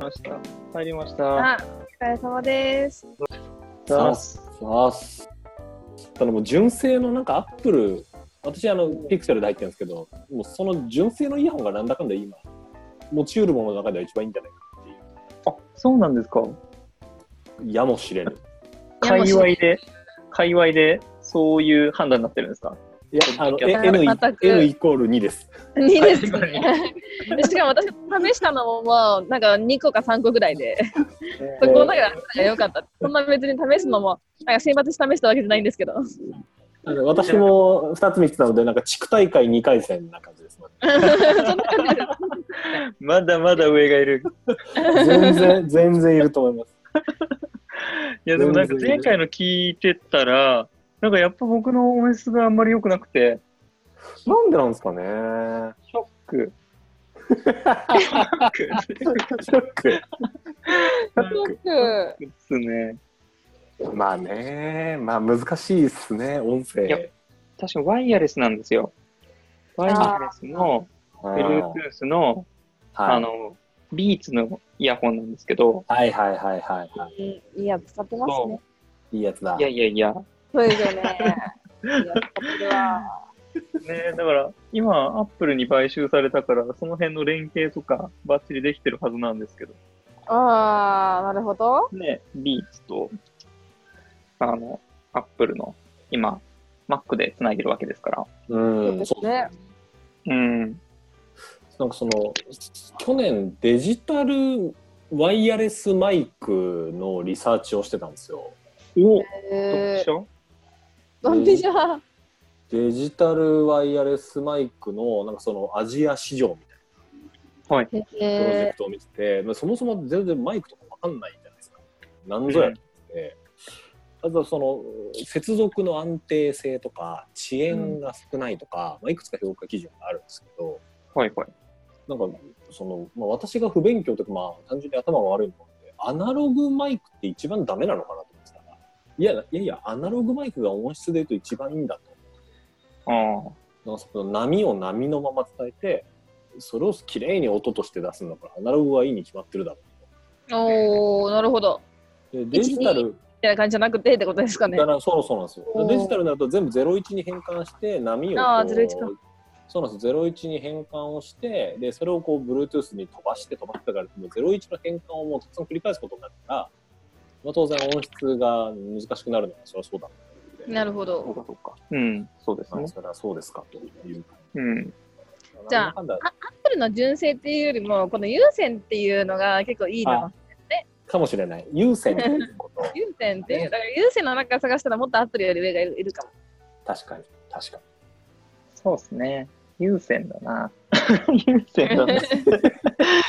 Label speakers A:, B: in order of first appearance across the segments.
A: ました。入りました。
B: あ、お疲れ様です。
A: さあ
C: す。さあす。ただもう純正のなんかアップル、私あのピクセルで入ってるんですけど、もうその純正のイヤホンがなんだかんだ今、持ち得るものの中では一番いいんじゃないか
A: あ、そうなんですか。
C: やもしれぬ。
A: 界隈で、界隈で、そういう判断になってるんですか
C: いや、あの、え
A: いや
C: N,
B: 全く
C: N イコール2です。
B: 2です
A: はい
B: ね。しかも私試したのももうなんか2個か3個ぐらい で、そこの中が良かった。そんな別に試すのも、なんか選抜して試したわけじゃないんですけど。
C: なんか私も2つ見てたので、なんか地区大会2回戦な感じですね。
A: まだまだ上が いる。
C: 全然、 全然いると思います。
A: いや、でもなんか前回の聞いてたら、なんかやっぱ僕の音質があんまり良くなくて、
C: なんでなんですかね。
A: ショック。ショック
C: ショック。
B: う
A: ですね。
C: まあね、まあ難しいですね、音声。
A: いや確かワイヤレスなんですよ。ワイヤレスの、
C: うん
A: Bluetooth の、
C: は
A: あ
C: い、
A: の、ビーツのイヤホンなんですけど、
C: はいはいはいはいは
B: んいいやつ使ってますね。
C: い。いいやつだ。
A: いやいやいや、
B: そうですよね。いいやつ使ってるわ。
A: ねえ、だから今、アップルに買収されたから、その辺の連携とか、バッチリできてるはずなんですけど、
B: ああ、なるほど。
A: ね、ビーツと、あの、アップルの、今、Mac で繋いでるわけですから。
C: うん、
B: そうですね
A: うん。
C: なんかその、去年デジタルワイヤレスマイクのリサーチをしてたんですよ。
A: お読
B: えー、
A: 書
B: ドンピシャ。
C: デジタルワイヤレスマイクの、なんかそのアジア市場みたいなプロジェ
B: え
C: クトを見てて、まあそもそも全然マイクとかわかんないじゃないですか。なんぞやってて。あとはその接続の安定性とか遅延が少ないとか、まあ、いくつか評価基準があるんですけど、
A: はいはい。
C: なんかその、まあ、私が不勉強というか、まあ、単純に頭が悪いのもあってアナログマイクって一番ダメなのかなと思ってたらいやいやいやアナログマイクが音質で言うと一番いいんだ
A: ああ。
C: となんかその波を波のまま伝えてそれを綺麗に音として出すんだからアナログはいいに決まってるだろ
B: ー、おー、なるほど。
C: うでデジタル
B: みたいな感じじゃなくてってことですかね
C: だ。からそうそうなんです
B: お
C: よ
B: ー
C: デジタルになると全部01に変換して波をこう
B: あー01か
C: そうなんです01に変換をしてでそれをこう Bluetooth に飛ばして飛ばしてからもう01の変換をもうたくさん繰り返すことになるから、まあ、当然音質が難しくなるのはそりゃそうだ
B: なるほ
A: そ
B: ど
A: う。かそうか。うん、そうです
C: な、
A: ね。
C: それはそうですかという感
A: うん。
C: じ
B: じゃあ
C: なんだかんだ
B: アップルの純正っていうよりも、この有線っていうのが結構いいな。
C: かもしれない優先ということ
B: 有線っていう、だから有線の中探したらもっとアップルより上がいるいるかも。
C: 確かに確かに
A: そうですね。優先だな。 優先だ な。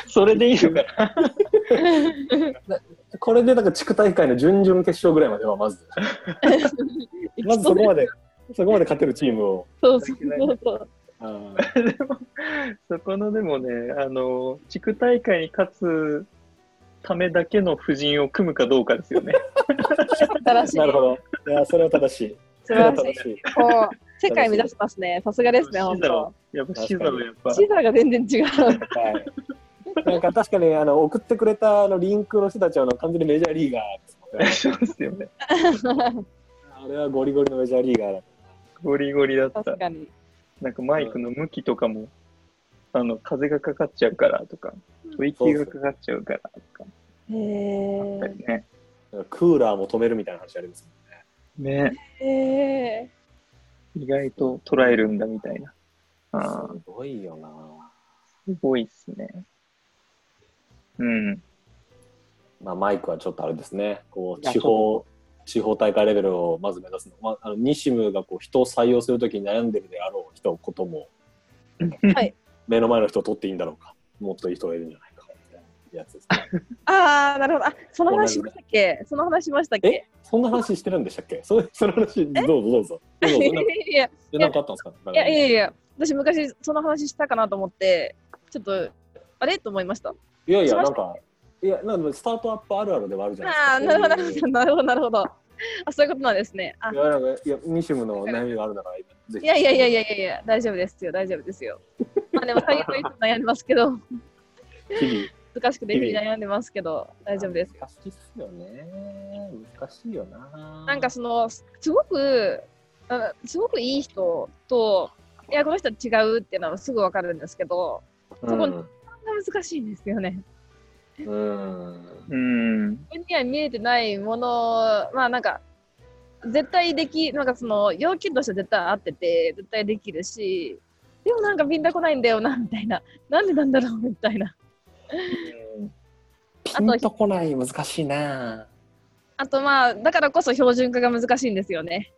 A: それでいいのかな。
C: これでなんか地区大会の準々決勝ぐらいまではまず まずそこまでそこまで勝てるチームを
B: そうそうそうそう。
C: あー
A: でもそこのでもね、あの、地区大会に勝つためだけの布陣を組むかどうかですよ ね。
B: 新しい。
C: なるほど。いや、それは正しい。
B: 素晴らし
C: それはい正。しい。
B: こう世界目指してますね。さすがですね、
A: シ
B: 本
A: ザロ
B: 当。
A: やっぱシザロやっぱ。
B: シザーが全然違 う。
C: はい。なんか確かにあの送ってくれたあのリンクの人たちはあの完全にメジャーリーガーですも
A: そ
C: んね。
A: うですよね。
C: あれはゴリゴリのメジャーリーガーだ。
A: ゴリゴリだった
B: 確。かに。
A: なんかマイクの向きとかも、あの、風がかかっちゃうからとか、吐息がかかっちゃうからとか、
B: へ
A: あったりね。
C: クーラーも止めるみたいな話あります
A: ね、
B: え。へ
A: 意外と捉えるんだみたいな。
C: もんね
A: ああ、
C: すごいよな。
A: すごいっすね。うん。
C: まあマイクはちょっとあれですね。こう
A: いや
C: 地方地方大会レベルをまず目指すの。まああのニシムがこう人を採用するときに悩んでるであろう人ことも、
B: はい。
C: 目の前の人を取っていいんだろうか。もっといい人がいるんじゃないかみたいなやつですね。
B: ああ、なるほど。あ、その話しましたっけその話しましたっけ
C: え、そんな話してるんでしたっけ？そうその話どうぞ どうぞ。どうぞ
B: いや
C: なんか
B: いや
C: え、なんかあったんですか
B: いやいやいや、私昔その話したかなと思って、ちょっと、あれと思いました。
C: いやい
B: し
C: や、
B: ま
C: な
B: し
C: ん
B: た
C: か、いや、なんかスタートアップあるあるではあるじゃ
B: ああ、
C: な
B: ないるほど、
C: ですか。
B: なるほど、なるほど。あ、そういうことなんですね。あ
C: い、や、なんか、いや、ミシムの悩みがあるなら、ぜ
B: い
C: ひ。
B: やいやいやいやいやいや、大丈夫ですよ、大丈夫ですよ。まあでも、最悪いつも悩んでますけど、
C: 日々、
B: 難しくて日々悩んでますけど、大丈夫です。
C: 難しいっすよね。難しいよな。
B: なんかそのすごくあすごくいい人といやこの人は違うっていうのはすぐ分かるんですけど
C: うん、
B: そこに難しいんですよね。
C: うん。
A: うん。
B: 自分には見えてないものまあなんか絶対できなんかその要件としては絶対合ってて絶対できるしでもなんかピンとこないんだよなみたいななんでなんだろうみたいな
C: ピ
B: あと
C: ンとこない、難しいな。
B: あとまあだからこそ標準化が難しいんですよね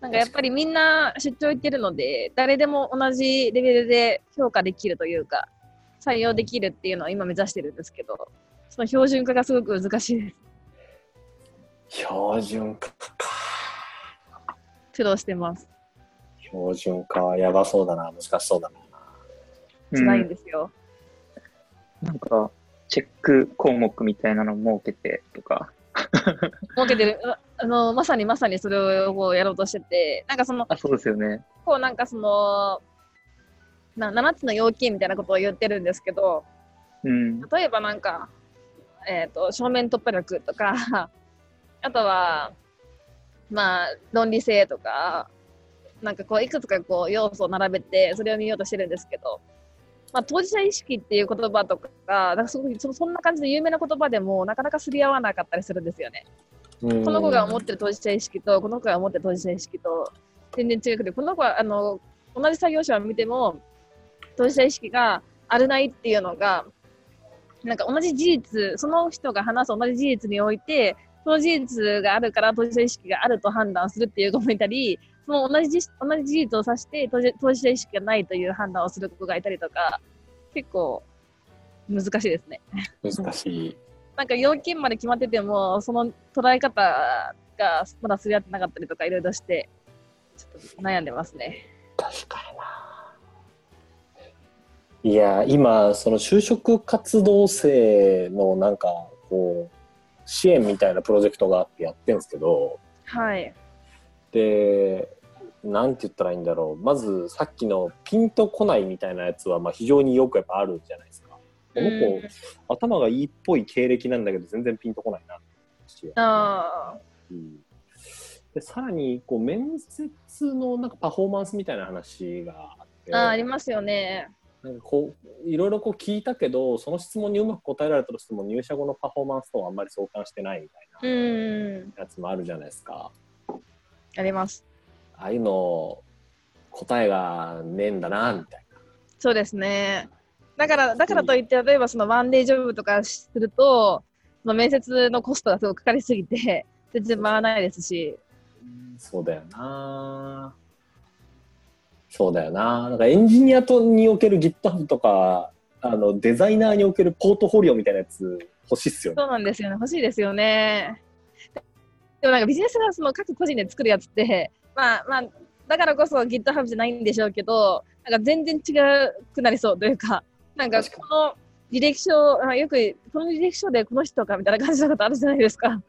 B: なんかやっぱりみんな出張行ってるので誰でも同じレベルで評価できるというか採用できるっていうのは今目指してるんですけどその標準化がすごく難しいです
C: 標準化か。
B: 苦労してます
C: 標準化はやばそうだな。難しそうだな。
B: 辛いん
A: うん
B: ですよ、
A: なんか、チェック項目みたいなの設けてとか。
B: 儲けてるああのまさにまさにそれをこうやろうとしててなんかその
A: あ、そうですよね。
B: こうなんかそのな7つの要件みたいなことを言ってるんですけど
A: うん。
B: 例えばなんか、えー、と正面突破力とか あとはまあ論理性とかなんかこういくつかこう要素を並べてそれを見ようとしてるんですけど、まあ、当事者意識っていう言葉とかなんかすごくそそんな感じで有名な言葉でもなかなかすり合わなかったりするんですよね。
C: こ
B: この子が思ってる当事者意識と、この子が思ってる当事者意識と、全然違くて、この子は、あの、同じ作業者を見ても、当事者意識があるないっていうのが、なんか同じ事実、その人が話す同じ事実において、その事実があるから当事者意識があると判断するっていう子もいたり、その同じじ同じ事実を指して当事当事者意識がないという判断をする子がいたりとか、結構難しいですね。
C: 難しい。
B: なんか要件まで決まってても、その捉え方がまだすり合ってなかったりとか、いろいろして、ちょっと悩んでますね。
C: 確かにな。いや、今、その就職活動生のなんか、こう、支援みたいなプロジェクトがあってやってるんですけど、
B: はい。
C: で、なんて言ったらいいんだろう。まず、さっきのピンとこないみたいなやつは、まあ、非常によくやっぱあるじゃないですか。この子、頭がいいっぽい経歴なんだけど、全然ピンとこないなって思うし。
B: ああ、
C: うんでさらにこう面接のなんかパフォーマンスみたいな話があって
B: あーありますよね。
C: なんかこういろいろこう聞いたけどその質問にうまく答えられたとしても入社後のパフォーマンスとはあんまり相関してないみたい
B: うん、
C: なやつもあるじゃないですか
B: あります。
C: ああいうの答えがねえんだなみたい
B: そうですね。だから、だからといって、例えばそのワンデージョブとかすると、その面接のコストがすごくかかりすぎて、全然回らないですし、
C: なそうだよなそうだよななんかエンジニアとにおける GitHub とかあのデザイナーにおけるポートフォリオみたいなやつ欲しいっすよね
B: そうなんですよね、欲しいですよね。でもなんかビジネスがその各個人で作るやつって、まあまあ、だからこそ GitHub じゃないんでしょうけど、なんか全然違くなりそうというか、なんか
C: 確
B: この履歴書、あよくこの履歴書でこの人かみたいな感じのことあるじゃないですか。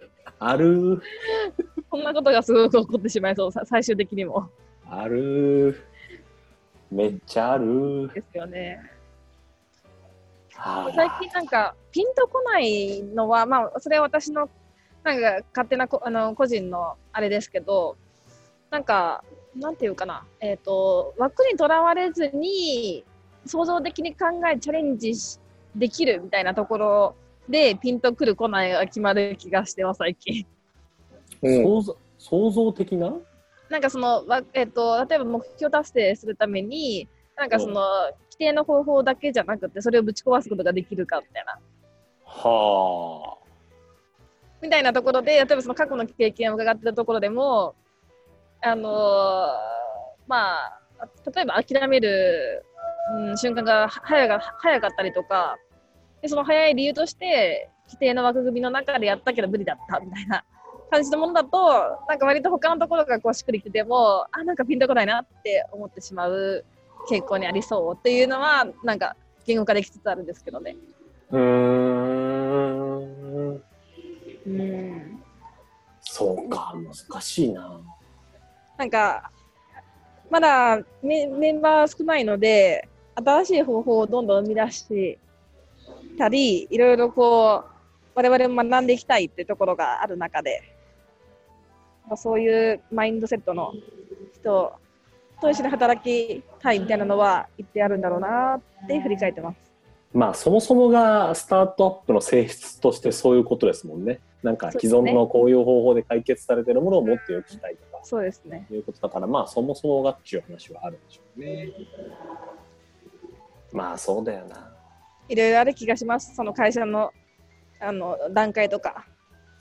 C: ある
B: こんなことがすごく起こってしまいそう、さ最終的にも。
C: あるーめっちゃあるー
B: ですよね。
C: あー
B: 最近なんかピンとこないのは、まあ、それは私のなんか勝手なこあの個人のあれですけどなんかなんていうかな、えー、と枠にとらわれずに創造的に考えチャレンジしできるみたいなところでピンとくる来ないが決まる気がしてます最近。
A: うん
C: 想像想像的な
B: なんかその、わえっと例えば目標達成するためになんかその規定の方法だけじゃなくてそれをぶち壊すことができるかみたいな。
C: は
B: みたいなところで、例えばその過去の経験を伺ってたところでも、あのーまあ、例えば諦める、うん、瞬間がは早が早かったりとかで、その早い理由として、規定の枠組みの中でやったけど無理だったみたいな感じのものだと、なんか割と他のところがこうしっくりきてても、あ、なんかピンとこないなって思ってしまう傾向にありそうっていうのは、なんか言語化できつつあるんですけどね。
C: あうーん
B: うん
C: そうか難しいな
B: なんか、まだメメンバー少ないので、新しい方法をどんどん生み出し、たりいろいろこう我々も学んでいきたいってところがある中でなんかそういうマインドセットの人と一緒に働きたいみたいなのは一定あるんだろうなって振り返ってます。
C: まあそもそもがスタートアップの性質としてそういうことですもんね。なんか既
B: そう
C: 存
B: です
C: の
B: ね
C: こういう方法で解決されてるものをもっと良くしたいとか
B: そうですね。
C: いうことだからまあそもそもがっていう話はあるんでしょうね。まあそうだよな。
B: いろいろある気がします。その会社のあの段階とか、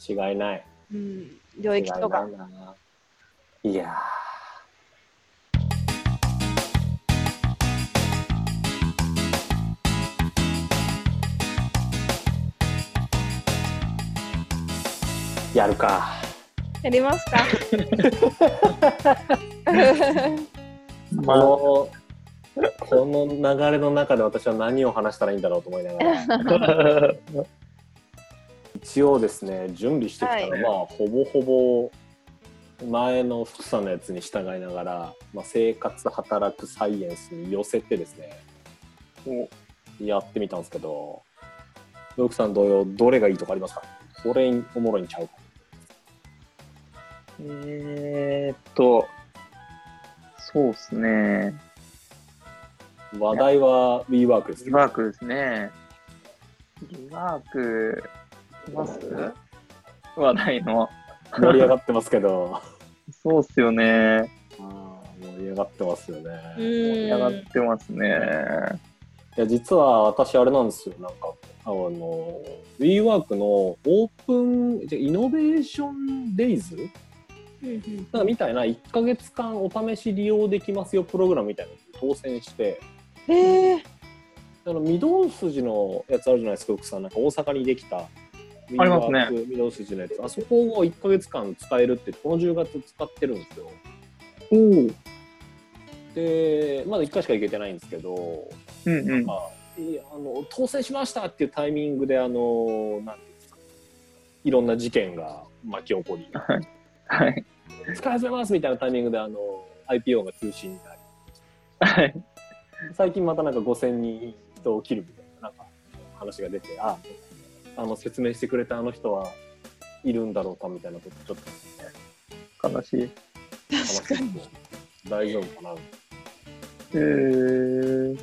C: 違いない。
B: うん、領域とか
C: 違い。ないな。いやーやるか。
B: やりますか。
A: まあ、
C: この、この流れの中で私は何を話したらいいんだろうと思いなが ら一応ですね準備してきたら、
B: はい
C: まあほぼほぼ前の福さんのやつに従いながら、まあ、生活働くサイエンスに寄せてですね
A: お
C: やってみたんですけど福さん同様どれがいいとかありますかこれおもろいんちゃうか
A: えー、っと、そうですね。
C: 話題は WeWork です
A: リワークですね。リワーク、います話題の。
C: 盛り上がってますけ ど
A: そうっすよね。
C: あー盛り上がってますよね
B: うん
A: 盛り上がってますね。
C: いや実は私あれなんですよなんかあの WeWork のオープンじゃイノベーションデイズなんかみたいな1ヶ月間お試し利用できますよプログラムみたいなのに当選して
B: へえ。
C: あの御堂筋のやつあるじゃないですか奥さんなんか大阪にできた
A: ありますね
C: WeWork 御堂筋のやつあそこを1ヶ月間使えるってこの10月使ってるんですよ
A: おお。うん
C: でまだ1回しか行けてないんですけど
A: うん。
C: あいやあの当選しましたっていうタイミングであのなんていうんですかいろんな事件が巻き起こり
A: はい。
C: 使い始めますみたいなタイミングであの IPO が中止になり
A: はい。
C: 最近またなんか5000人人を切るみたいななんか話が出てああの説明してくれたあの人はいるんだろうかみたいなことちょっと
A: 悲しい。
C: 話してて大丈夫かな
A: えー、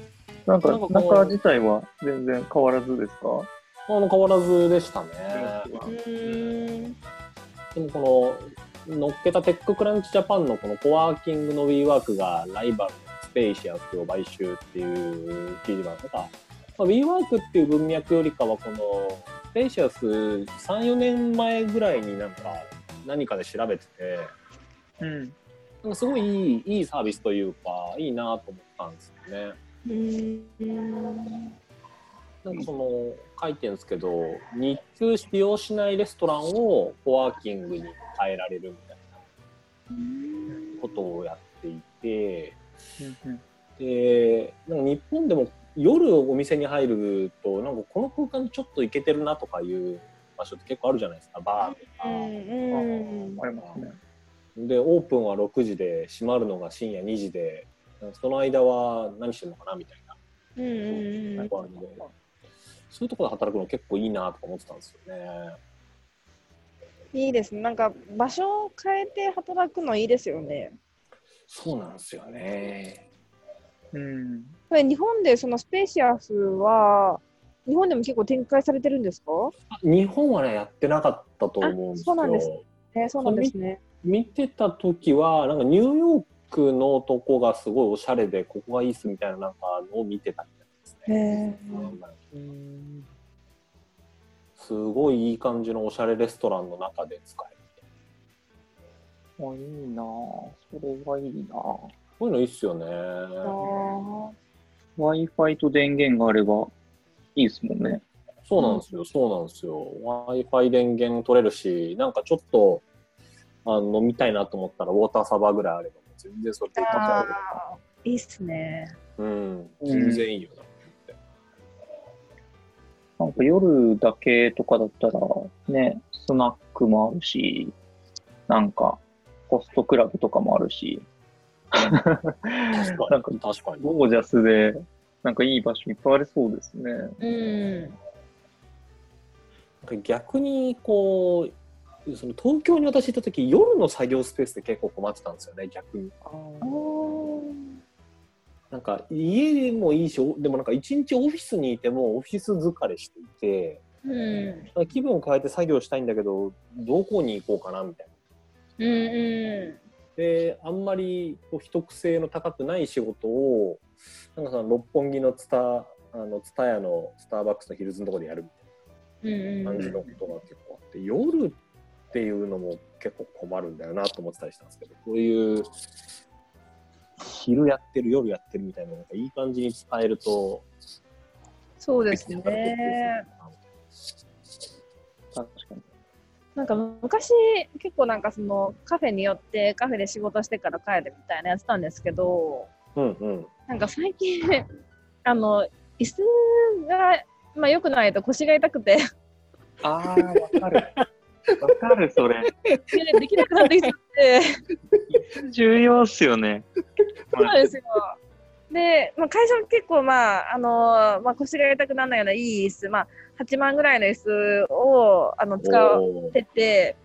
A: なんか
C: なんかこう
A: 中自体は全然変わらずですか
C: あの変わらずでしたね。
B: うん。
C: でもこの乗っけたテッククランチジャパンのこのコワーキングの WeWork がライバルのスペーシアスを買収っていう記事があったから、まあ、WeWork っていう文脈よりかはこのスペーシアス34年前ぐらいになんか何かで調べてて
A: うん。
C: なんかすごいいいいいサービスというかいいなと思ったんですよね。なんかその書いてるんですけど日中使用しないレストランをコワーキングに変えられるみたいなことをやっていて。
A: うん
C: でなんか日本でも夜お店に入るとなんかこの空間にちょっと行けてるなとかいう場所って結構あるじゃないですかバ
B: う
C: ーと
B: ん。
A: ありますね。
C: かでオープンは6時で閉まるのが深夜2時でその間は何してるのかなみたいな
B: うん。
C: とこあるのでそういうところで働くの結構いいなとか思ってたんですよね
B: いいですね。なんか場所を変えて働くのいいですよね。
C: そうなんですよね
A: うん。
B: これ日本でそのスペーシアスは日本でも結構展開されてるんですか？
C: あ日本はねやってなかったと思うんです
B: あそ
C: よ
B: うなんですね、そうなんですね。
C: 見てた時はなんかニューヨークのとこがすごいおしゃれでここがいいっすみたいななんかのを見てたみたいです
B: へ
C: ね。
B: え。
A: うん
C: すごいいい感じのおしゃれレストランの中で使えるみたいな。
A: あ、いいなぁ。それはいいなぁ。
C: こういうのいいっすよね。
B: あー
A: Wi-Fi と電源があればいいですもんね。
C: そうなんですよ、そうなんですよ。Wi-Fi 電源取れるし、なんかちょっとあの飲みたいなと思ったらウォーターサーバーぐらいあれば全然それでいい
B: あーいいっすね。
C: うん、全然いいよな。
A: なんか夜だけとかだったら、ね、スナックもあるし、なんか、ホストクラブとかもあるし、
C: 確
A: なん
C: か
A: か
C: に、確かに。
A: ゴージャスで、なんかいい場所いっぱいありそうですね。
B: うん。
C: なんか逆にこうその東京に私行った時夜の作業スペースで結構困ってたんですよね逆になんか家もいいしおでもなんか一日オフィスにいてもオフィス疲れしていて
B: うんうん
C: なんか気分を変えて作業したいんだけどどこに行こうかなみたいな
B: う
C: であんまりこう秘匿性の高くない仕事をなんかその六本木のツタあのツタヤのスターバックスのヒルズのところでやるみ
B: んうん
C: たいな感じのことが結構あって、夜っていうのも結構困るんだよなと思ってたりしたんですけどこういう昼やってる夜やってるみたいなのをなんかいい感じに伝えると
B: そうです
C: なんか結構
B: ね。
A: 確かに。
B: なんか昔結構なんかそのカフェに寄ってカフェで仕事してから帰るみたいなやつなんですけど
C: うんうん
B: なんか最近あの椅子が、まあ、良くないと腰が痛くて
A: ああ、わかる。わかる、それ。
B: できなくなってきちゃって
A: 重要っすよね。
B: そうなんですよ。で、まあ、会社も結構、まああのまあ、腰が痛くならないようないい椅子、まあ、8万ぐらいの椅子をあの使う
C: おー
B: ってて、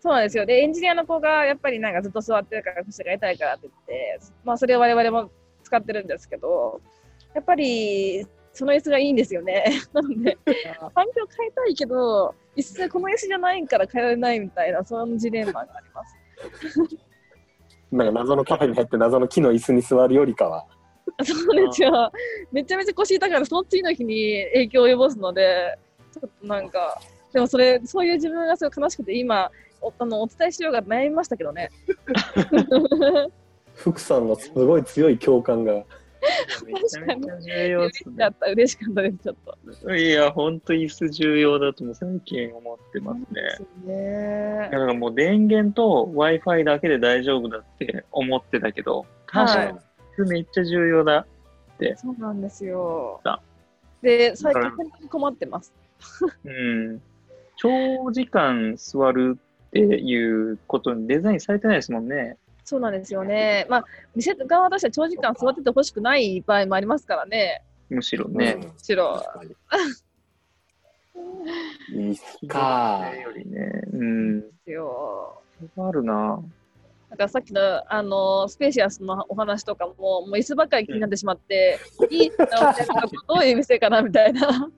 B: そうなんですよ。で、エンジニアの子がやっぱりなんかずっと座ってるから腰が痛いからって言って、まあそれを我々も使ってるんですけど、やっぱりその椅子がいいんですよね。 なの で、環境変えたいけど、椅子この椅子じゃないから変えられないみたいな、そのジレンマがあります。
C: なんか謎のカフェに入って謎の木の椅子に座るよりかは
B: そうなんですよ。 めちゃめちゃ腰痛くなる、その次の日に影響を及ぼすので、ちょっとなんか、でもそれ、そういう自分がすごい悲しくて、今、おあのお伝えしようが悩みましたけどね。
C: 福さんのすごい強い共感が
A: めちゃめちゃ重要っ
B: 嬉し
A: す
B: か
A: ね
B: っ。た、嬉しかったです、ちょっと。
A: いや、ほんと椅子重要だともう最近思ってますね。
B: ね
A: だからもう電源と Wi-Fi だけで大丈夫だって思ってたけど、
B: はい
A: 確かに椅子めっちゃ重要だ。
B: そうなんですよ
A: だ。
B: で、最
A: だ
B: 近
A: か
B: 本当に困ってます。
A: うん。長時間座るっていうことにデザインされてないですもんね。
B: そうなんですよね。まあ、店側としては長時間座っててほしくない場合もありますからね、
A: むしろね。
C: うん
B: むしろ。
C: 確か に。いいっすか
A: そ。れよりね。うん。
B: ですよ
A: それはあるな。
B: だからさっきの、あのスペーシアスのお話とかも、もう椅子ばっかり気になってしま って、いい椅子なお店とかどういう店かなみたいな。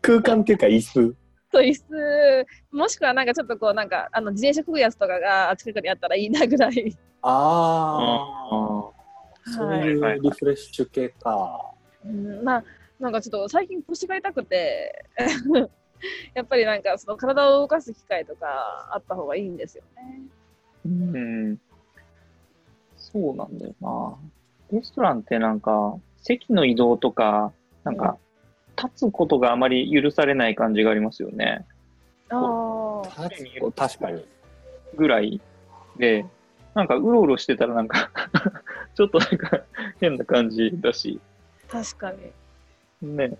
C: 空間っていうか椅子。
B: そう椅子もしくはなんかちょっとこうなんかあの自転車こぐやつとかが近くにあったらいいなぐらい、
C: あ
A: あ
C: あ、そういうリフレッシュ系か。
B: うんまあなんかちょっと最近腰が痛くて やっぱりなんかその体を動かす機会とかあった方がいいんですよね。
A: うん。そうなんだよな。レストランってなんか、席の移動とか、なんか、立つことがあまり許されない感じがありますよね。
B: ああ
C: 確確かに。
A: ぐらいで、なんかうろうろしてたらなんか、 ちょっとなんか変な感じだし、
B: 確かに。
A: ね。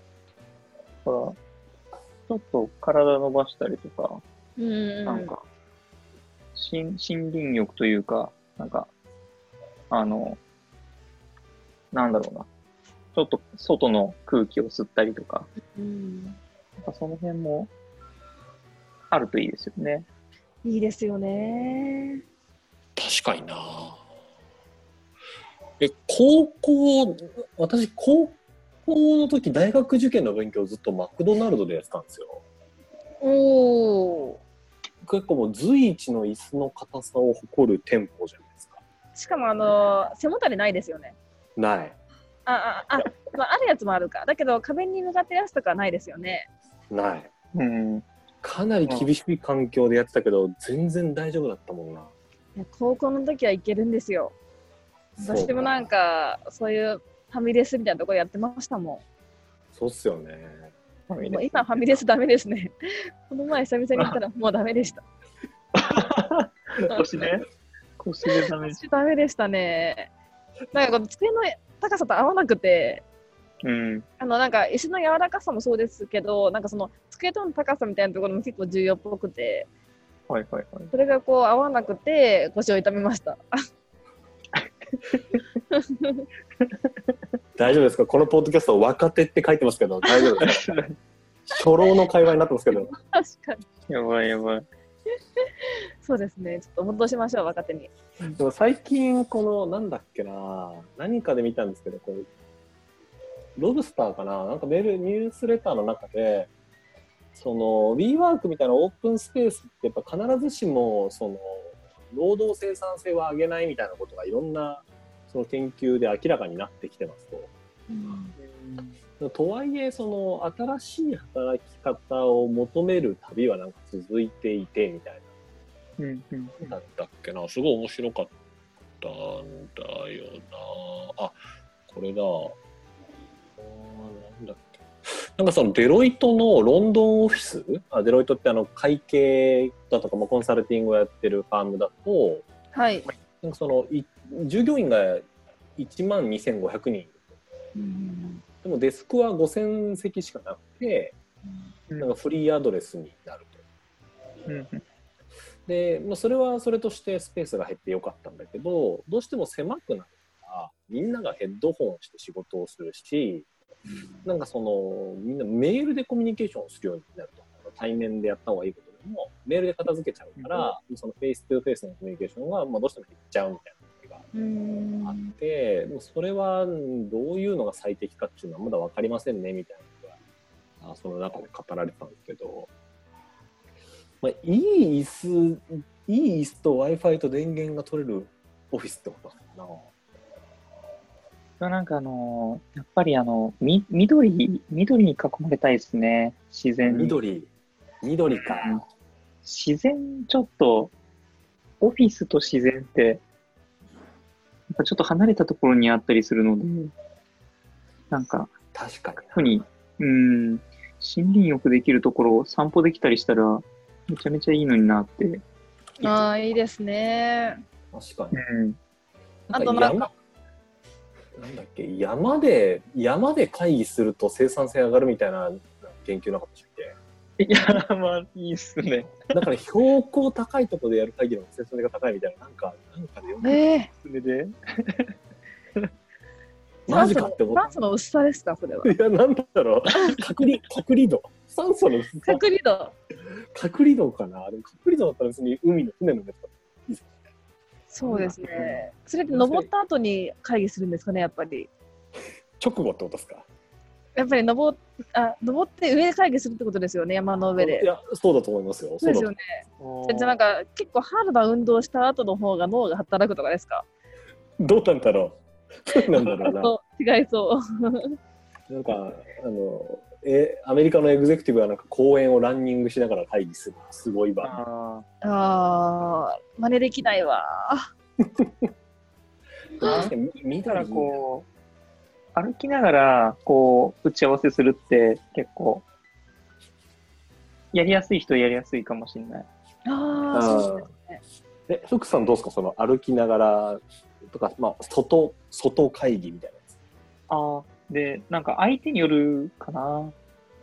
A: ほら、ちょっと体伸ばしたりとか、
B: うん
A: なんか、森森林浴というか、なんか、あの、なんだろうな。ちょっと外の空気を吸ったりとか、
B: うん、
A: なんかその辺もあるといいですよね。
B: いいですよね。
C: 確かにな。え、高校、私、高校の時、大学受験の勉強をずっとマクドナルドでやってたんですよ。
B: おお。
C: 結構もう随一の椅子の硬さを誇る店舗じゃないですか。
B: しかもあの背もたれないですよね。
C: ない。
B: あああ、まあ、あるやつもあるか。だけど壁に向かってるやつとかはないですよね。
C: ない。
A: うん。
C: かなり厳しい環境でやってたけど、全然大丈夫だったもんな。
B: いや高校の時はいけるんですよ。
C: そう
B: 私もなんかそういうファミレスみたいなところやってましたもん。
C: そうっすよね。
B: もう今ファミレスダメですね。 この前久々に行ったらもうダメで した。
A: 腰ね。腰でダメージ。
B: 私ダメでしたね。なんかこの机の高さと合わなくて、
A: うん。
B: あのなんか石の柔らかさもそうですけど、なんかその机との高さみたいなところも結構重要っぽくて、
A: はいはいはい。
B: それがこう合わなくて腰を痛めました。
C: 大丈夫ですかこのポッドキャスト若手って書いてますけど、大丈夫ですか初老の会話になってますけど、
B: 確か に。
A: やばいやばい。
B: そうですね。ちょっと戻しましょう、若手に。
C: でも最近、この、なんだっけな、何かで見たんですけど、こうロブスターかな、なんかメール、ニュースレターの中で、その、WeWork みたいなオープンスペースって、やっぱ必ずしも、その、労働生産性は上げないみたいなことが、いろんな、その研究で明らかになってきてますと。とはいえ、その新しい働き方を求める旅はなんか続いていてみたい
A: うんうん
C: な、なんだっけな、すごい面白かったんだよな。あ、これだ。あーなんだっけ。なんかそのデロイトのロンドンオフィス、あデロイトってあの会計だとか、まあ、コンサルティングをやってるファームだと、
B: はい。
C: なんかそのい従業員が1万2500人でもデスクは5000席しかなくて、
A: うん
C: なんかフリーアドレスになると。
A: うん
C: で、まあ、それはそれとしてスペースが減ってよかったんだけど、どうしても狭くなるから、みんながヘッドホンして仕事をするし、なんかその、みんなメールでコミュニケーションをするようになると。対面でやった方がいいことでも、メールで片付けちゃうから、そのフェイス2フェイスのコミュニケーションが、まあ、どうしても減っちゃうみたいなのが
B: うん
C: あって、もうそれはうんどういうのが最適かっていうのはまだ分かりませんねみたいなのがあその中で語られてたんですけど、まあ、いい椅子いい椅子と w i f i と電源が取れるオフィスってことなのか
A: なんかあのーやっぱりあの、み、緑、緑に囲まれたいですね。自
C: な
A: 然に。
C: 緑緑か、
A: 自然、ちょっと、オフィスと自然って、やっぱちょっと離れたところにあったりするので、なんか、
C: 確か
A: 特に、うん、森林浴できるところ、散歩できたりしたら、めちゃめちゃいいのになって。
C: に
B: ああ、いいですね。
C: 確かに
A: うん。
B: あとなんか
C: 山なんだっけ山で山で会議すると生産性上がるみたいな研究なかったでしたっけ
A: いや、まあ、いいっすね。
C: だから標高高いところでやる会議の生産性が高いみたいな、なんか、なんかでよく、
B: ええ
A: それで、
C: マジかって思
B: 酸
C: っ
B: 素の薄さですか、それは。
C: た。いや、なんだ ろう、隔離、隔離度。酸素の薄さ
B: 隔離度。
C: 隔離度かな。でも隔離度だったら別に海の船の上とか。
B: そうですね。それって登った後に会議するんですかね、やっぱり。
C: 直後ってことですか
B: やっぱり登っあ登って上で会議するってことですよね、山の上
C: い
B: で。
C: や、そうだと思いますよ。
B: そうで
C: だ
B: す
C: と
B: よね。じゃあなんか結構ハードな運動した後の方が脳が働くとかですか
C: どうなんだろう。 どうなんだろうな。
B: そう違いそう。
C: なんか、あの、え、アメリカのエグゼクティブはなんか公園をランニングしながら会議する。すごいわ。
A: あ
B: ああ、真似できない わ。
C: 確かに、見
A: だか
C: た
A: らら
C: こ
A: こう、歩きながら、こう、打ち合わせするって結構、やりやすい人はやりやすいかもしれない。
B: あ
C: う
B: あ、
C: ん
B: そうですね。
C: え、福さんどうですかその歩きながらとか、まあ、外、外会議みたい
A: ああ、で、なんか相手によるかな。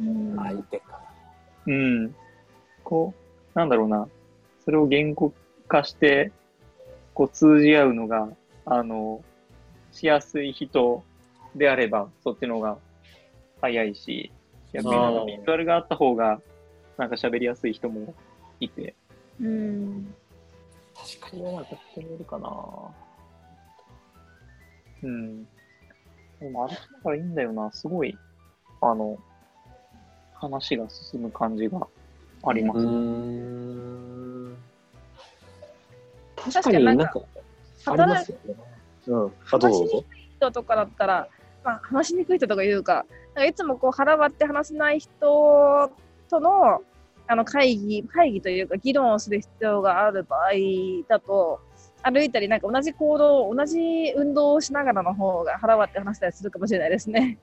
B: うん
C: なやつ。相手か
A: うん。こう、なんだろうな。それを言語化して、こう通じ合うのが、あの、しやすい人であれば、そっちの方が早いし、逆になん
C: あ
A: か
C: ー
A: ビジュアルがあった方が、なんか喋りやすい人もいて。
B: うん
C: 確か
A: それ
C: に。
A: はなんか人によるかな。うん。でも歩きながらいいんだよな。すごい、あの、話が進む感じがあります。
C: ん。確
B: か
C: か
B: に
C: に
B: な
C: なんん
B: か
C: か、あり
B: 働
C: ます
B: く
C: よね。うん。あ、どうぞどうぞ。
B: 人とかだったら、まあ、話しにくい人とかいうか、なんかいつもこう腹割って話せない人とのあの会議、会議というか議論をする必要がある場合だと、歩いたり、なんか同じ行動、同じ運動をしながらの方が腹割って話したりするかもしれないですね。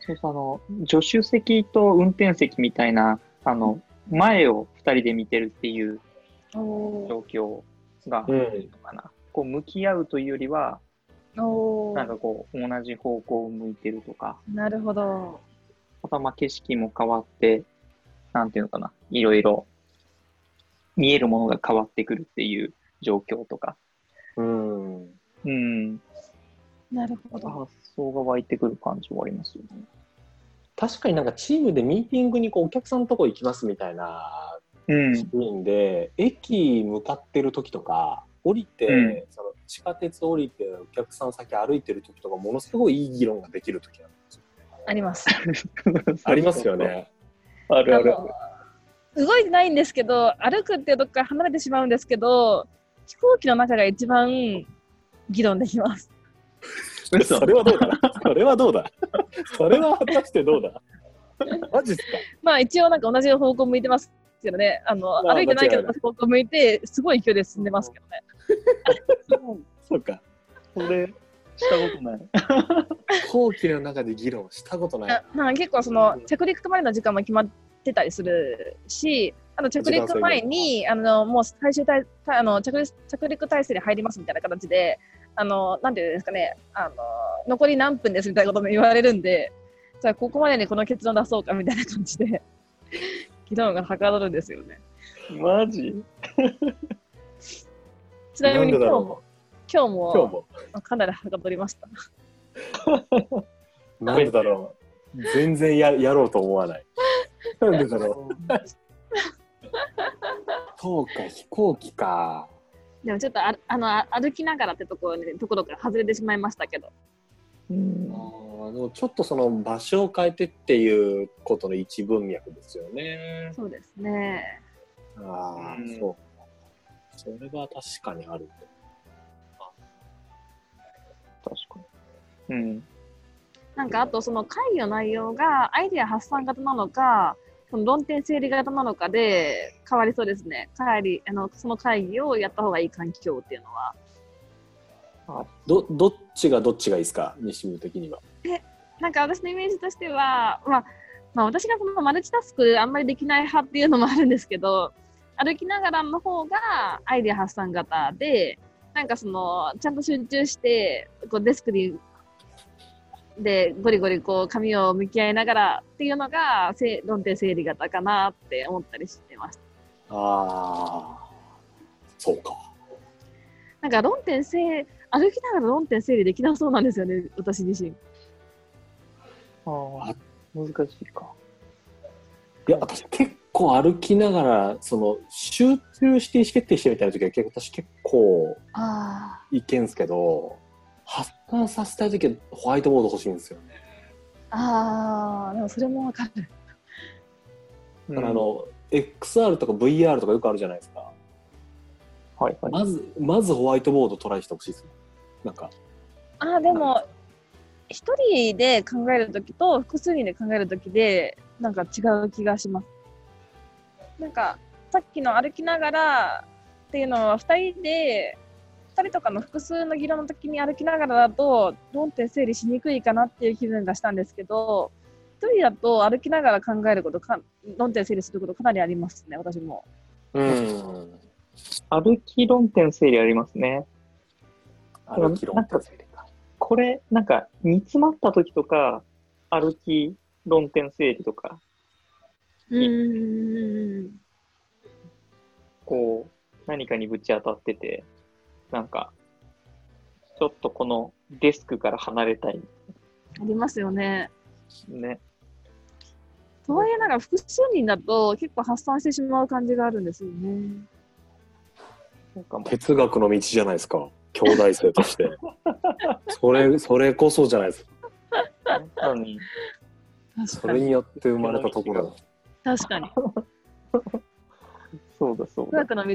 A: そうそうあの助手席と運転席みたいなあの前を2人で見てるっていう
B: お
A: 状況が
C: うん
A: いいのかな、こう向き合うというよりは
B: お
A: なんかこう同じ方向を向いてるとか
B: なるほど。
A: またまあ景色も変わってなんていうのかないろいろ見えるものが変わってくるっていう状況とか
C: うん。
A: うん
B: なるほ
A: また
B: ど。
A: 発想が湧いてくる感じはありますよね
C: 確かになんかチームでミーティングにこうお客さんのとこ行きますみたいな
A: うん。
C: シーンで、駅向かってる時とか降りて、
A: うん
C: その地下鉄降りてお客さん先歩いてる時とかものすごいいい議論ができる時なんですよ。
B: あります。
C: ありますよ。ね。
A: あるある
B: あ。の動いてないんですけど歩くっていうとこから離れてしまうんですけど飛行機の中が一番議論できます
A: 嘘
C: それはどうだそれはどう だそれは果たしてどうだ マジっすか
B: まあ一応なんか同じ方向向いてますけどねあの、
C: まあ
B: 歩いてないけ
C: 間違
B: ど
C: いな
B: 同
C: い
B: じ方向向いてすごい勢いで進んでますけどね
C: そうか。
A: それ、したことない。
C: 飛行機の中で議論したことないな。
B: あまあ結構その着陸までの時間も決まってたりするしあの着陸前にあのもう最終体たあの着陸着陸体制に入りますみたいな形であのなんていうんですかねあの残り何分ですみたいなことも言われるんでじゃあここまでにこの結論出そうかみたいな感じで 議論がはかどるんですよね
A: マジ
B: ちなみに
C: ん
B: 今日も
C: でだろ
B: 今日
C: う
B: も
C: 今日も。
B: かなりはかどりました
C: なんでだろう全然ややろうと思わない。なんでだろうそうか、飛行機か。
B: でもちょっとああのあ歩きながらってところにところから外れてしまいましたけど
A: うん
C: あーでもちょっとその場所を変えてっていうことの一文脈ですよね。
B: そうですね
C: ああ、
A: うん
C: そうか。それは確かにある。
A: 確かに。うん。
B: なんかあとその会議の内容がアイデア発散型なのか、その論点整理型なのかで変わりそうですね。会議あのその会議をやった方がいい環境っていうのは。
C: どどっちがどっちがいいですか西村的には。
B: なんか私のイメージとしては、まあ、まあ私がそのマルチタスクあんまりできない派っていうのもあるんですけど、歩きながらの方がアイデア発散型で、なんかそのちゃんと集中してこうデスクにでゴリゴリこう紙を向き合いながらっていうのがせ論点整理型かなって思ったりしてました。
C: ああ、そうか。
B: なんか論点整歩きながら論点整理できなそうなんですよね、私自身。
A: ああ、難しいか。
C: いや、私結構歩きながら、その集中して意思決定してみたいな時は結構私結構
B: あ
C: いけんすけど、発散させたい時はホワイトボード欲しいんですよね。
B: あ、ああ、でもそれもわかる。
A: あ
C: だからあ、の、XR とか VR とかよくあるじゃないですか。
A: はいはい。
C: まず、まずホワイトボードトライしてほしいですね。なんか、
B: ああ、でも、一人で考えるときと複数人で考えるときで、なんか違う気がします。なんか、さっきの歩きながらっていうのは、二人で、二人とかの複数の議論の時に歩きながらだと、論点整理しにくいかなっていう気分がしたんですけど、一人だと歩きながら考えることか、論点整理することかなりありますね、私も。
C: うん。
A: 歩き論点整理ありますね。
C: 歩き論点整理か。
A: これ、なんか、煮詰まった時とか、歩き論点整理とか、
B: うん。
A: こう、何かにぶち当たってて、なんか、ちょっとこのデスクから離れたい
B: ありますよね。
A: ね。
B: とはいえなんか複数人だと結構発散してしまう感じがあるんですよね。
A: なんかもう
C: 哲学の道じゃないですか。兄弟生として。それ、それこそじゃないですか。
A: なのに、
C: それによって生まれたところだ。
B: 確かに。
A: そうだそう
B: 科
A: だ。
B: 学の道歩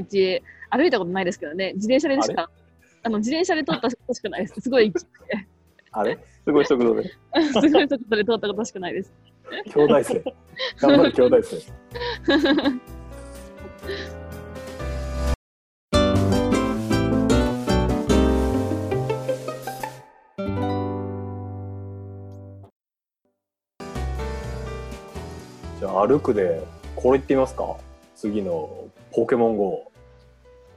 B: いたことないですけどね、自転車でしか、あの自転車で通ったことしかないです。すごい、す
C: あれ
A: すごい速度で。
B: ごいとことで通ったことしかないです。
C: 兄弟生。頑張る兄弟生。じゃあ歩くでこれ言ってみますか次のポケモン GO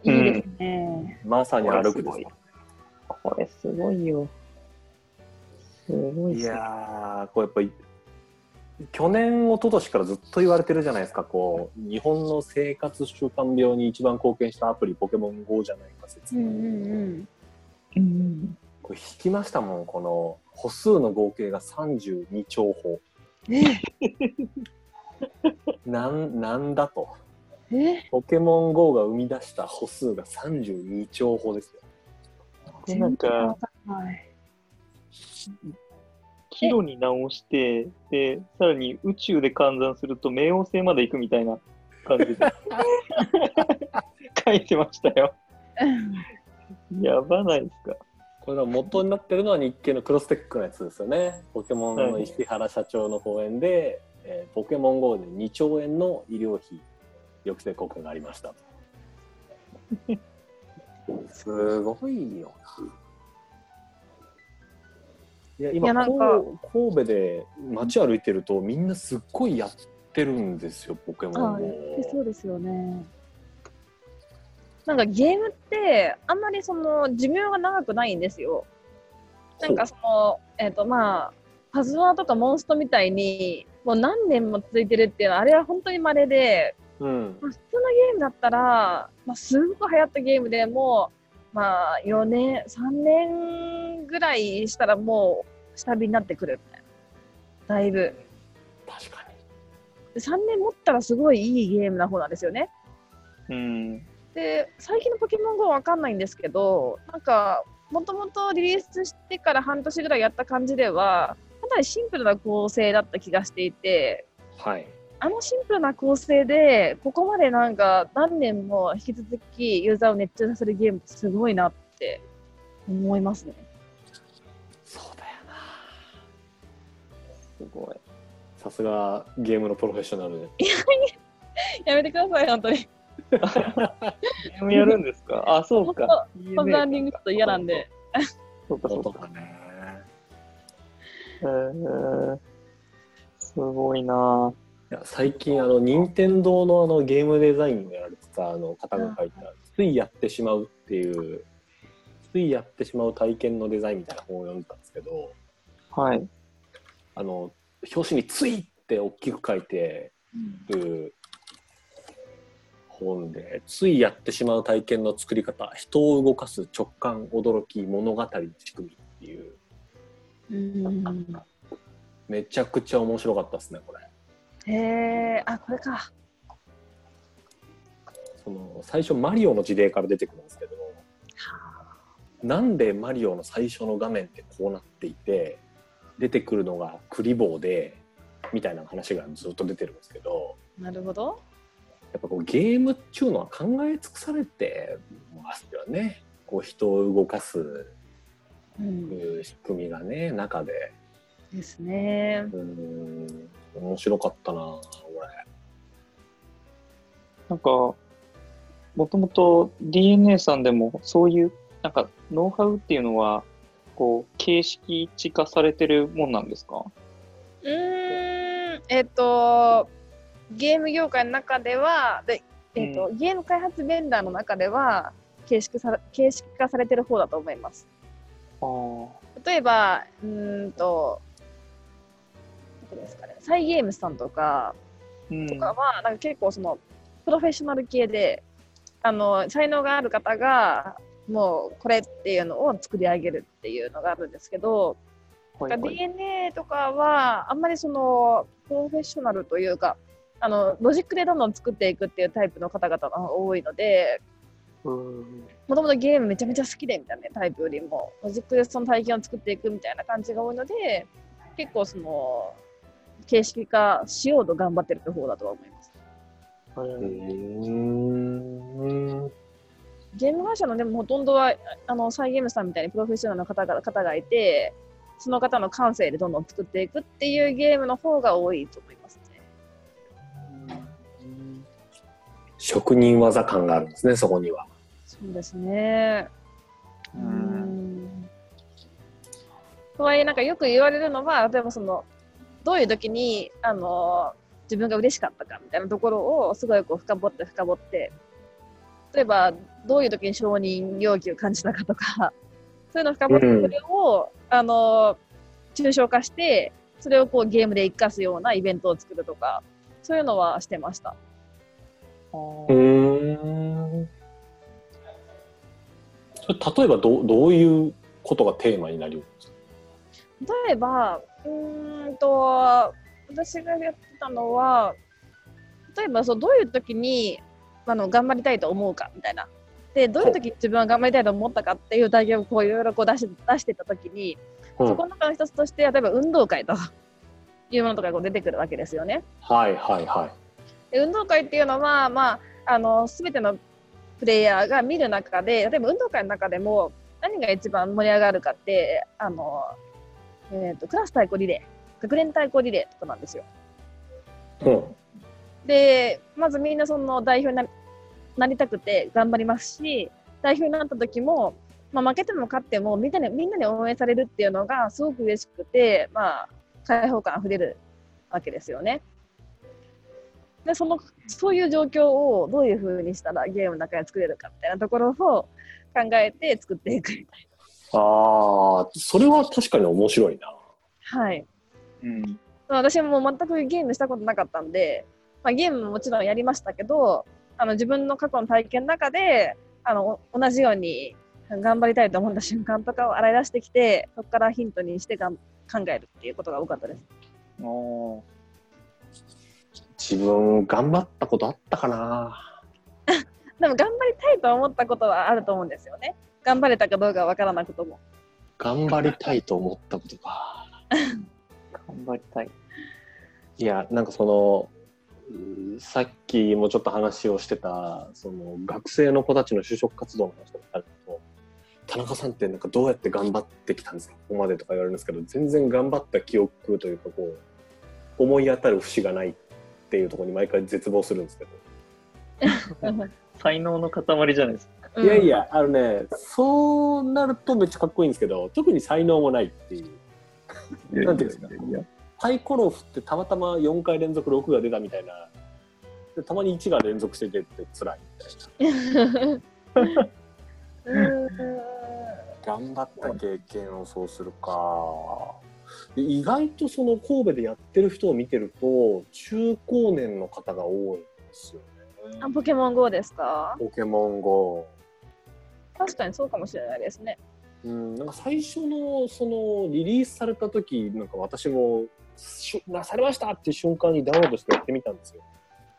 A: うん
B: いいですね。
C: まさに歩くですね
A: これすごいよ。すごいっ
C: い
A: すね
C: やー、こうやっぱり、去年、一昨年からずっと言われてるじゃないですか、こう、日本の生活習慣病に一番貢献したアプリ、ポケモン GO じゃないか説。
B: うん
A: うん。
C: これ引きましたもん、この、歩数の合計が32兆歩。
D: え
C: なんなんだと
D: え
C: ポケモン GO が生み出した歩数が32兆歩ですよ
A: でなんか、
D: はい。
A: キロに直して、で、さらに宇宙で換算すると冥王星まで行くみたいな感 じで書いてましたよ。やばないですか。
C: これが元になってるのは日経のクロステックのやつですよねポケモンの石原社長の講演で、えーポケモン GO で2兆円の医療費抑制効果がありましたすごいよないや今
B: いやなんか
C: こう神戸で街歩いてるとみんなすっごいやってるんですよポケモン
D: あ
C: GO
D: でそうですよね。
B: なんかゲームってあんまりその寿命が長くないんですよ。なんかその、えっとまあ、パズドラとかモンストみたいにもう何年も続いてるっていうのはあれは本当に稀で、
C: うん
B: まあ、普通のゲームだったら、まあ、すごく流行ったゲームでもう、まあ、4年3年ぐらいしたらもう下火になってくるみたいなだいぶ
C: 確かに
B: で3年持ったらすごいいいゲームな方なんですよね
A: うん。
B: で最近の「ポケモン GO」わかんないんですけどなんかもともとリリースしてから半年ぐらいやった感じではかなりシンプルな構成だった気がしていて
C: はい
B: あのシンプルな構成でここまでなんか何年も引き続きユーザーを熱中させるゲームってすごいなって思いますね。
C: そうだよな
A: すごい。
C: さすがゲームのプロフェッショナルで
B: やめてください本当に。
A: ゲームやるんですかあ、そうか。
B: スポンサーリングちょっと嫌なんで。
A: そうか、そうか。
C: かね
A: えー、すごいなぁ
C: いや最近あの任天堂のあのゲームデザインをやられてたあの方が書いた「ついやってしまう」っていうついやってしまう体験のデザインみたいな本を読んでたんですけど
A: はい。
C: あの表紙に「つい」って大きく書いてる本で「ついやってしまう体験の作り方人を動かす直感驚き物語の仕組み」っていう
D: うん。
C: めちゃくちゃ面白かったですねこれ。
B: へえあこれか。
C: その最初マリオの事例から出てくるんですけどなんでマリオの最初の画面ってこうなっていて出てくるのがクリボーでみたいな話がずっと出てるんですけど
B: なるほど。
C: やっぱこうゲームっていうのは考え尽くされてますよねこう人を動かす
B: うん、
C: 仕組みがね中で
B: ですね。
C: うーん面白かったなこ
A: なんか、もともと DNA さんでもそういう、なんか、ノウハウっていうのは、こう、形式地化されてるもんなんですか
B: うーん、えっ、と、ゲーム業界の中では、でえっとゲーム開発ベンダーの中では形式さ、形式化されてる方だと思います。
A: ああ。
B: 例えば、うーんと、どこですかね、サイ・ゲームズさんとか
A: うん。
B: とかは、なんか結構その、プロフェッショナル系で、あの、才能がある方が、もうこれっていうのを作り上げるっていうのがあるんですけど、
A: はい
B: なんか
A: はい
B: DNA とかはあんまりそのプロフェッショナルというかあのロジックでどんどん作っていくっていうタイプの方々が多いので
A: うん
B: もともとゲームめちゃめちゃ好きでみたいなタイプよりもロジックでその体験を作っていくみたいな感じが多いので結構その形式化しようと頑張ってる方だとは思います。
A: あれ
C: れ。ん
B: ゲーム会社のでもほとんどはあのサイ・ゲームさんみたいにプロフェッショナルの方が方がいてその方の感性でどんどん作っていくっていうゲームの方が多いと思いますね。
C: 職人技感があるんですねそこには。
B: そうですね。
A: う
B: うんん。とはいえ、なんかよく言われるのは、例えばその、どういう時に、あの、自分が嬉しかったかみたいなところをすごいこう深掘って深掘って、例えばどういう時に承認要求を感じたかとか、 そういうのを深掘って、
C: うん
B: それを、あの、抽象化して、それをこうゲームで活かすようなイベントを作るとか、そういうのはしてました。
A: あー
C: うん。それ例えばどうどういうことがテーマになりますか
B: 例えばうーんと私がやってたのは例えばそうどういう時にあの頑張りたいと思うかみたいなでどういう時に自分は頑張りたいと思ったかっていう題材をこういろいろこう出し出してた時に、
C: うん
B: そこの中の一つとして例えば運動会というものとかがこう出てくるわけですよね。
C: はいはいはい。
B: で運動会っていうのは、まあ、あの全てのプレイヤーが見る中で例えば運動会の中でも何が一番盛り上がるかってあの、えー、とクラス対抗リレー学年対抗リレーとかなんですよ。
C: うん。
B: でまずみんなその代表にななりたくて頑張りますし代表になった時も、まあ、負けても勝ってもみんなにみんなに応援されるっていうのがすごく嬉しくて、まあ、開放感あふれるわけですよね。でそのそういう状況をどういうふうにしたらゲームの中で作れるかみたいなところを考えて作っていくみたい
C: ああ、それは確かに面白いな。
B: な。はい
A: うん。
B: まあ私も全くゲームしたことなかったんで、まあ、ゲームももちろんやりましたけどあの自分の過去の体験の中であのお同じように頑張りたいと思った瞬間とかを洗い出してきてそこからヒントにしてがん考えるっていうことが多かったです。
A: お
C: 自分、頑張ったことあったかな。
B: でも頑張りたいと思ったことはあると思うんですよね。頑張れたかどうかわからなくとも。
C: 頑張りたいと思ったことか。
A: 頑張りたい。
C: いや、なんかその、うんさっきもちょっと話をしてた、その学生の子たちの就職活動の話とかあると、田中さんってなんかどうやって頑張ってきたんですか、ここまでとか言われるんですけど、全然頑張った記憶というか、こう、思い当たる節がないっていうところに毎回絶望するんですけど。
A: 才能の塊じゃないですか。
B: うん
C: いやい。や、あのね、そうなるとめっちゃかっこいいんですけど、特に才能もないっていう。なんていうんですか
A: いや
C: サイコロを振ってたまたま4回連続6が出たみたいな、でたまに1が連続して出て辛いみたいな。
B: うーん
C: 頑張った経験をそうするかで意外とその神戸でやってる人を見てると中高年の方が多いんですよ
B: あポケモン GO ですか
C: ポケモン GO、
B: 確かにそうかもしれないですね。
C: うん、なんか最初のそのリリースされた時なんか私もしなされましたっていう瞬間にダウンロードしてやってみたんですよ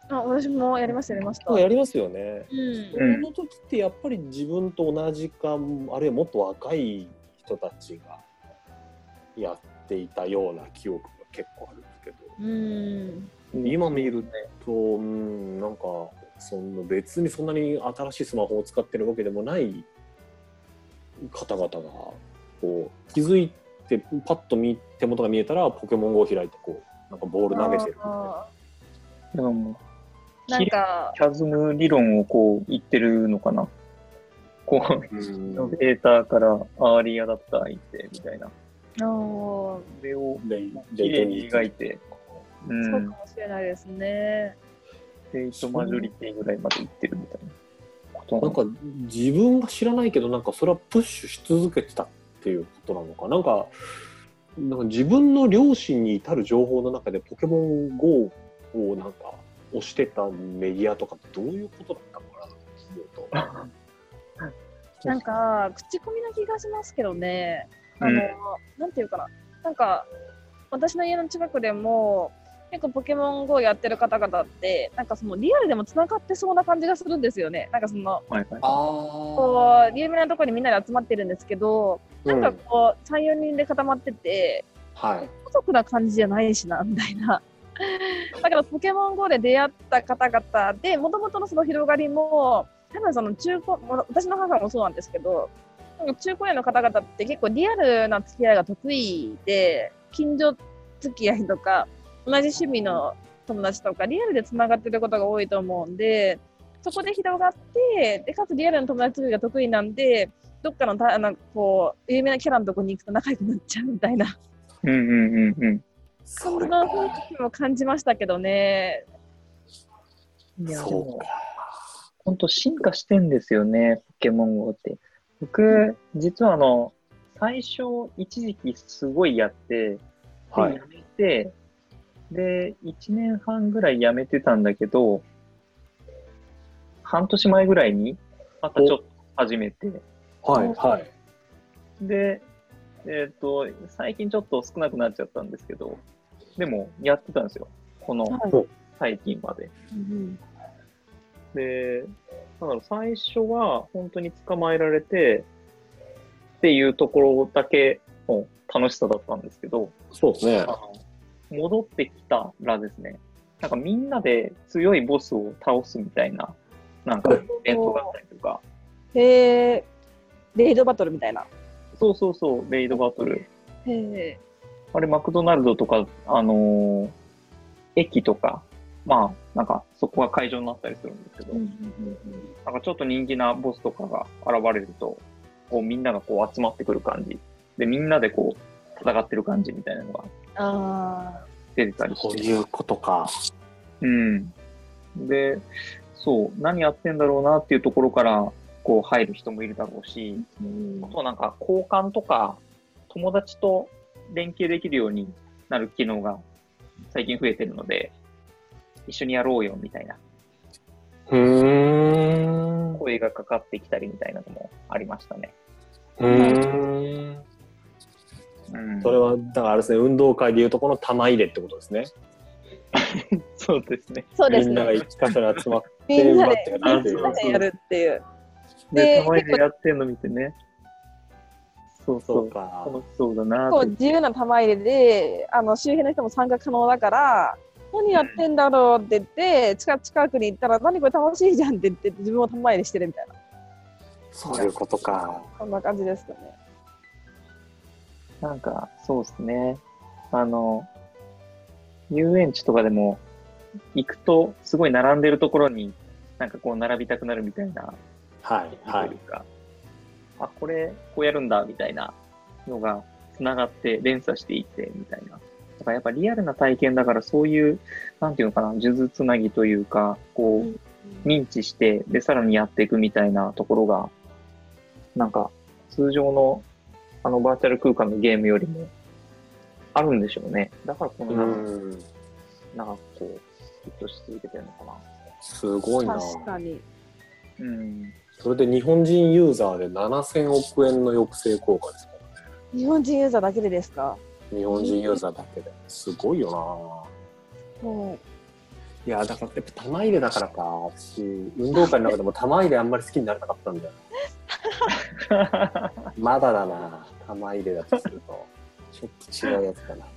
B: あ私もやりましたやりました。
C: なんかやりますよね
B: うん
C: その時ってやっぱり自分と同じかあるいはもっと若い人たちがやっていたような記憶が結構あるんですけど
B: うん
C: 今見ると、うん、なんかその別にそんなに新しいスマホを使ってるわけでもない方々がこう気づいてパッと見手元が見えたらポケモン GO を開いてこうなんかボール投げてるみたいな
B: あ
A: でも
B: ーなんか、
A: キャズム理論をこう言ってるのかな。こう、イノベーターからアーリーアダプター行ってみたいな。
B: あの
A: それを
C: で
A: 綺麗に描
C: で
A: いて、う
B: ーそうんか、もしれないですね。
A: デイトマジョリティぐらいまで行ってるみたいなこと
C: なんか自分が知らないけどなんかそれはプッシュし続けてたっていうことなのかなんかなんか自分の両親に至る情報の中でポケモン GO をなんか押してたメディアとかってどういうことだったのかなって思うと
B: なんか、口コミな気がしますけどね。あの、
A: うん
B: なんていうかな。なんか、私の家の近くでも、結構ポケモン GO やってる方々って、なんかそのリアルでもつながってそうな感じがするんですよね。なんかその、
A: はいはい
C: あ
B: こう、有名なところにみんなで集まってるんですけど、
C: ー、う、
B: なんんかこう、3、4人で固まってて、
C: はい
B: 家族な感じじゃないしなみたいな。だからポケモン GO で出会った方々でもともとのその広がりも多分その中高もう私の母もそうなんですけどなんか中高年の方々って結構リアルな付き合いが得意で近所付き合いとか同じ趣味の友達とかリアルでつながってることが多いと思うんでそこで広がってでかつリアルの友達作りが得意なんでどっかのたなんかこう有名なキャラのとこに行くと仲良くなっちゃうみたいな
A: うんうんうんうん。
C: そ
B: その雰囲気も感じましたけどね。
C: そうか
A: 本当進化してんですよね、ポケモン GO って。僕、実はあの、最初、一時期すごいやって、で、
C: はい
A: やめて、で、1年半ぐらいやめてたんだけど、半年前ぐらいに、またちょっと始めて、
C: はいはい
A: で、えっ、と、最近ちょっと少なくなっちゃったんですけど、でもやってたんですよ。この
D: はい
C: そう
A: 最近まで。
D: うん
A: で、だから最初は本当に捕まえられてっていうところだけの楽しさだったんですけど、
C: そうですね
A: あ。の戻ってきたらですね、なんかみんなで強いボスを倒すみたいな、なんか
C: は
A: イ
C: い
A: ベントだったりとか、
B: へえ。レイドバトルみたいな。
A: そうそうそう、レイドバトル。
B: へえ。
A: あれ、マクドナルドとか、あのー駅とか、まあ、なんかそこが会場になったりするんですけど、
D: うん
A: なんかちょっと人気なボスとかが現れると、こうみんながこう集まってくる感じ。で、みんなでこう戦ってる感じみたいなのが
B: ああ。
A: 出てたり
C: そう
A: して。
C: いうことか。
A: うん。で、そう、何やってんだろうなっていうところから、こう入る人もいるだろうし、あとはなんか交換とか、友達と連携できるようになる機能が最近増えてるので、一緒にやろうよみたいな
C: うーん。う
A: 声がかかってきたりみたいなのもありましたね。
C: ーん。
A: うん
C: それは、だからあれですね、運動会でいうとこの玉入れってことですね。
A: そうですね。
B: そうで
C: み
B: す
C: んなが
B: ね。
C: 一箇所に集まって、
B: みんなで
C: みん
A: なで
B: みんなでやるっていう。で
A: で、たまにやってんの見てね。そうそう。
C: か
A: 楽しそうだな
B: こ
A: っ
B: う
A: て。
B: 自由な玉入れであの周辺の人も参加可能だから何やってんだろうって言って近近くに行ったら何これ楽しいじゃんって言って自分も玉入れしてるみたいな
C: そういうことか。
B: そんな感じですかね。
A: なんか、そうですね。あの、遊園地とかでも、行くと、すごい並んでるところに、なんかこう、並びたくなるみたいな、
C: はい、は
A: とい。
C: いう
A: か、あ、これ、こうやるんだ、みたいなのが、つながって、連鎖していって、みたいな。だからやっぱリアルな体験だから、そういう、なんていうのかな、数珠つなぎというか、こう、認知して、で、さらにやっていくみたいなところが、なんか、通常の、あの、バーチャル空間のゲームよりも、あるんでしょうね。だから、この
C: う
A: 長く、
C: ん。
A: 長くこう、ヒットし続けてるのかな。
C: すごいな。
B: 確かに
A: うん。
C: それで日本人ユーザーで7000億円の抑制効果ですも
B: 日本人ユーザーだけでですか
C: ん日本人ユーザーだけで。すごいよ
B: も
C: な。いや、だからやっぱ玉入れだからか。私、運動会の中でも玉入れあんまり好きになれなかったんだよ。まだだな。玉入れだとすると。ちょっと違うやつかな。
B: う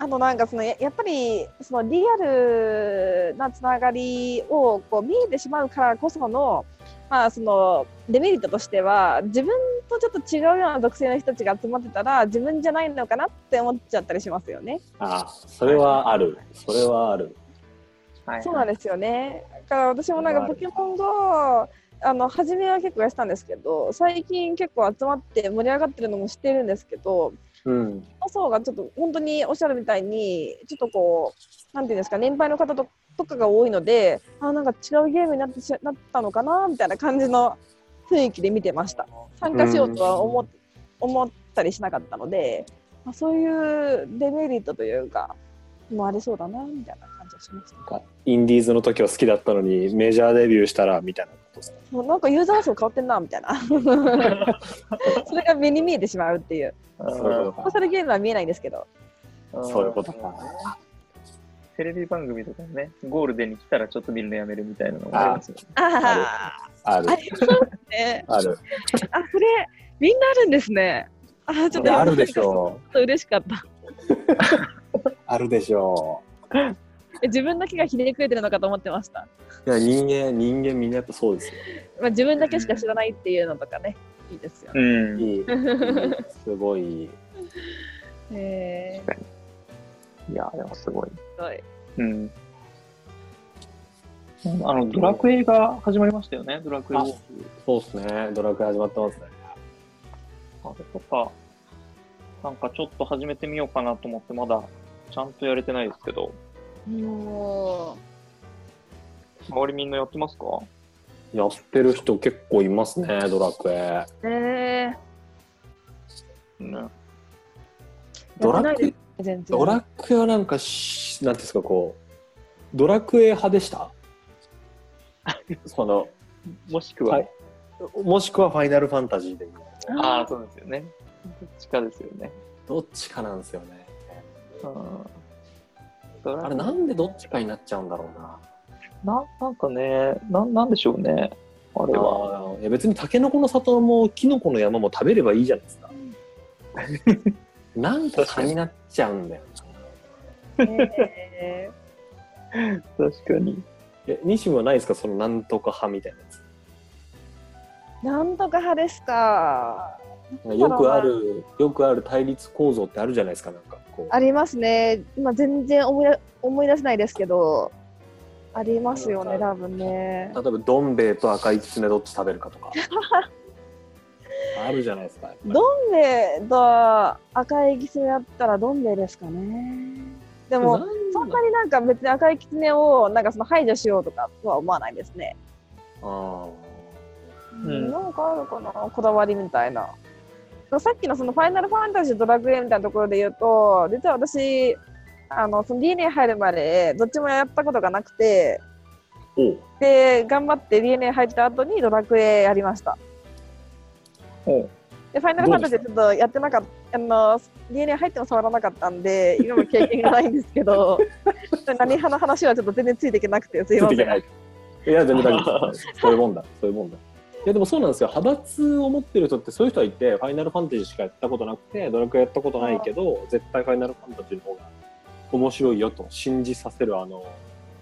B: あとなんかそのややっぱりそのリアルなつながりをこう見えてしまうからこその,、まあそのデメリットとしては自分とちょっと違うような属性の人たちが集まってたら自分じゃないのかなって思っちゃったりしますよね。
C: あそれはある。それはある。
A: はい。
B: そうなんですよね。だから私もなんか
C: はい
B: ポケモン GO あの初めは結構やってたんですけど最近結構集まって盛り上がってるのも知ってるんですけど
C: うん。
B: の層がちょっと本当におっしゃるみたいにちょっとこうなんていうんですか年配の方ととかが多いのであなんか違うゲームになってしなったのかなみたいな感じの雰囲気で見てました参加しようとは思っ思ったりしなかったので、まあ、そういうデメリットというかもありそうだなみたいな感じがしました
C: インディーズの時は好きだったのに、メジャーデビューしたら、みたいなことですね。
B: もうなんかユーザー層変わってんなみたいなそれが目に見えてしまうっていう
C: そういうこ
B: ソーシャ
C: とか。
B: ルゲームは見えないんですけど
C: そういうことか。
A: テレビ番組とかね、ゴールデンに来たらちょっと見るのやめるみたいなのがありますよね。
B: ああ
C: ある
B: あ。りますね
C: ある。
B: あ、それ、みんなあるんですね。あ、ちょっと、
C: あるでしょ
B: ちょっと嬉しかった。
C: う。あるでしょ
B: え自分だけがひねくれてるのかと思ってました。
C: う。いや、人間、人間みんなやっぱそうですよ。
B: まあ、自分だけしか知らないっていうのとかね、いいですよね。
A: うん。
C: いい。 すごいいい。
B: へー
A: いや、でもすごい。
B: すごい。
A: うん。あの、ドラクエが始まりましたよね、ドラクエウォーク。
C: そうですね。ドラクエ始まってますね。
A: あれとか、なんかちょっと始めてみようかなと思って、まだちゃんとやれてないですけど、
B: も
A: 周りみんなやってますか
C: やってる人結構いますね、ドラクエ。
B: う、え
A: ね。
C: ドラ
B: やって
C: ク
B: な
C: エ
B: い、全然。
C: ドラクエはなんかし、なんていうんですか、こう、ドラクエ派でしたその、
A: もしくは、
C: はいもしくはファイナルファンタジーで見る
A: ああ、そうですよね。どっちかですよね。
C: どっちかなんですよね。
A: うんドラ
C: あれなんでどっちかになっちゃうんだろうな。
A: ななんかねな、なんでしょうね、あれは。
C: あーいや別にタケノコの里もキノコの山も食べればいいじゃないですか。なんか蚊になっちゃうんだよな。
B: え
A: 確かに。
C: え、ニシムはないですかそのなんとか派みたいなやつ。
B: ー、なんとか派ですか。
C: よくある、よくある対立構造ってあるじゃないですか、なんかこう。
B: ありますね。今全然思い出思い出せないですけど、ありますよね、多分ね。
C: 例えばどん兵衛と赤いきつねどっち食べるかとかあるじゃないですかやっぱり
B: どん兵衛と
D: 赤いギスだったらどん兵衛ですかね。
B: で
C: な
B: も
C: ん
B: そんなになんか別に赤い狐をなんかその排除しようとかとは思わないですね。
C: あ
A: ん
B: なんかあるかなこだわりみたいな。さっきのそのファイナルファンタジードラクエみたいなところで言うと実は私あのその DNA 入るまでどっちもやったことがなくて
C: ーおう
B: で頑張って DNA 入った後にドラクエやりました。
A: おう
B: でファイナルファンタジーちょっとやってなかったあの DNA 入っても触らなかったんで今も経験がないんですけ ど何派の話はちょっと全然ついていけなくてすいません。
C: いいや全然大丈 夫ですそういうもんだそういうもんだいやでもそうなんですよ派閥を持ってる人ってそういう人はいてファイナルファンタジーしかやったことなくてドラクエやったことないけど絶対ファイナルファンタジーの方が面白いよと信じさせるあの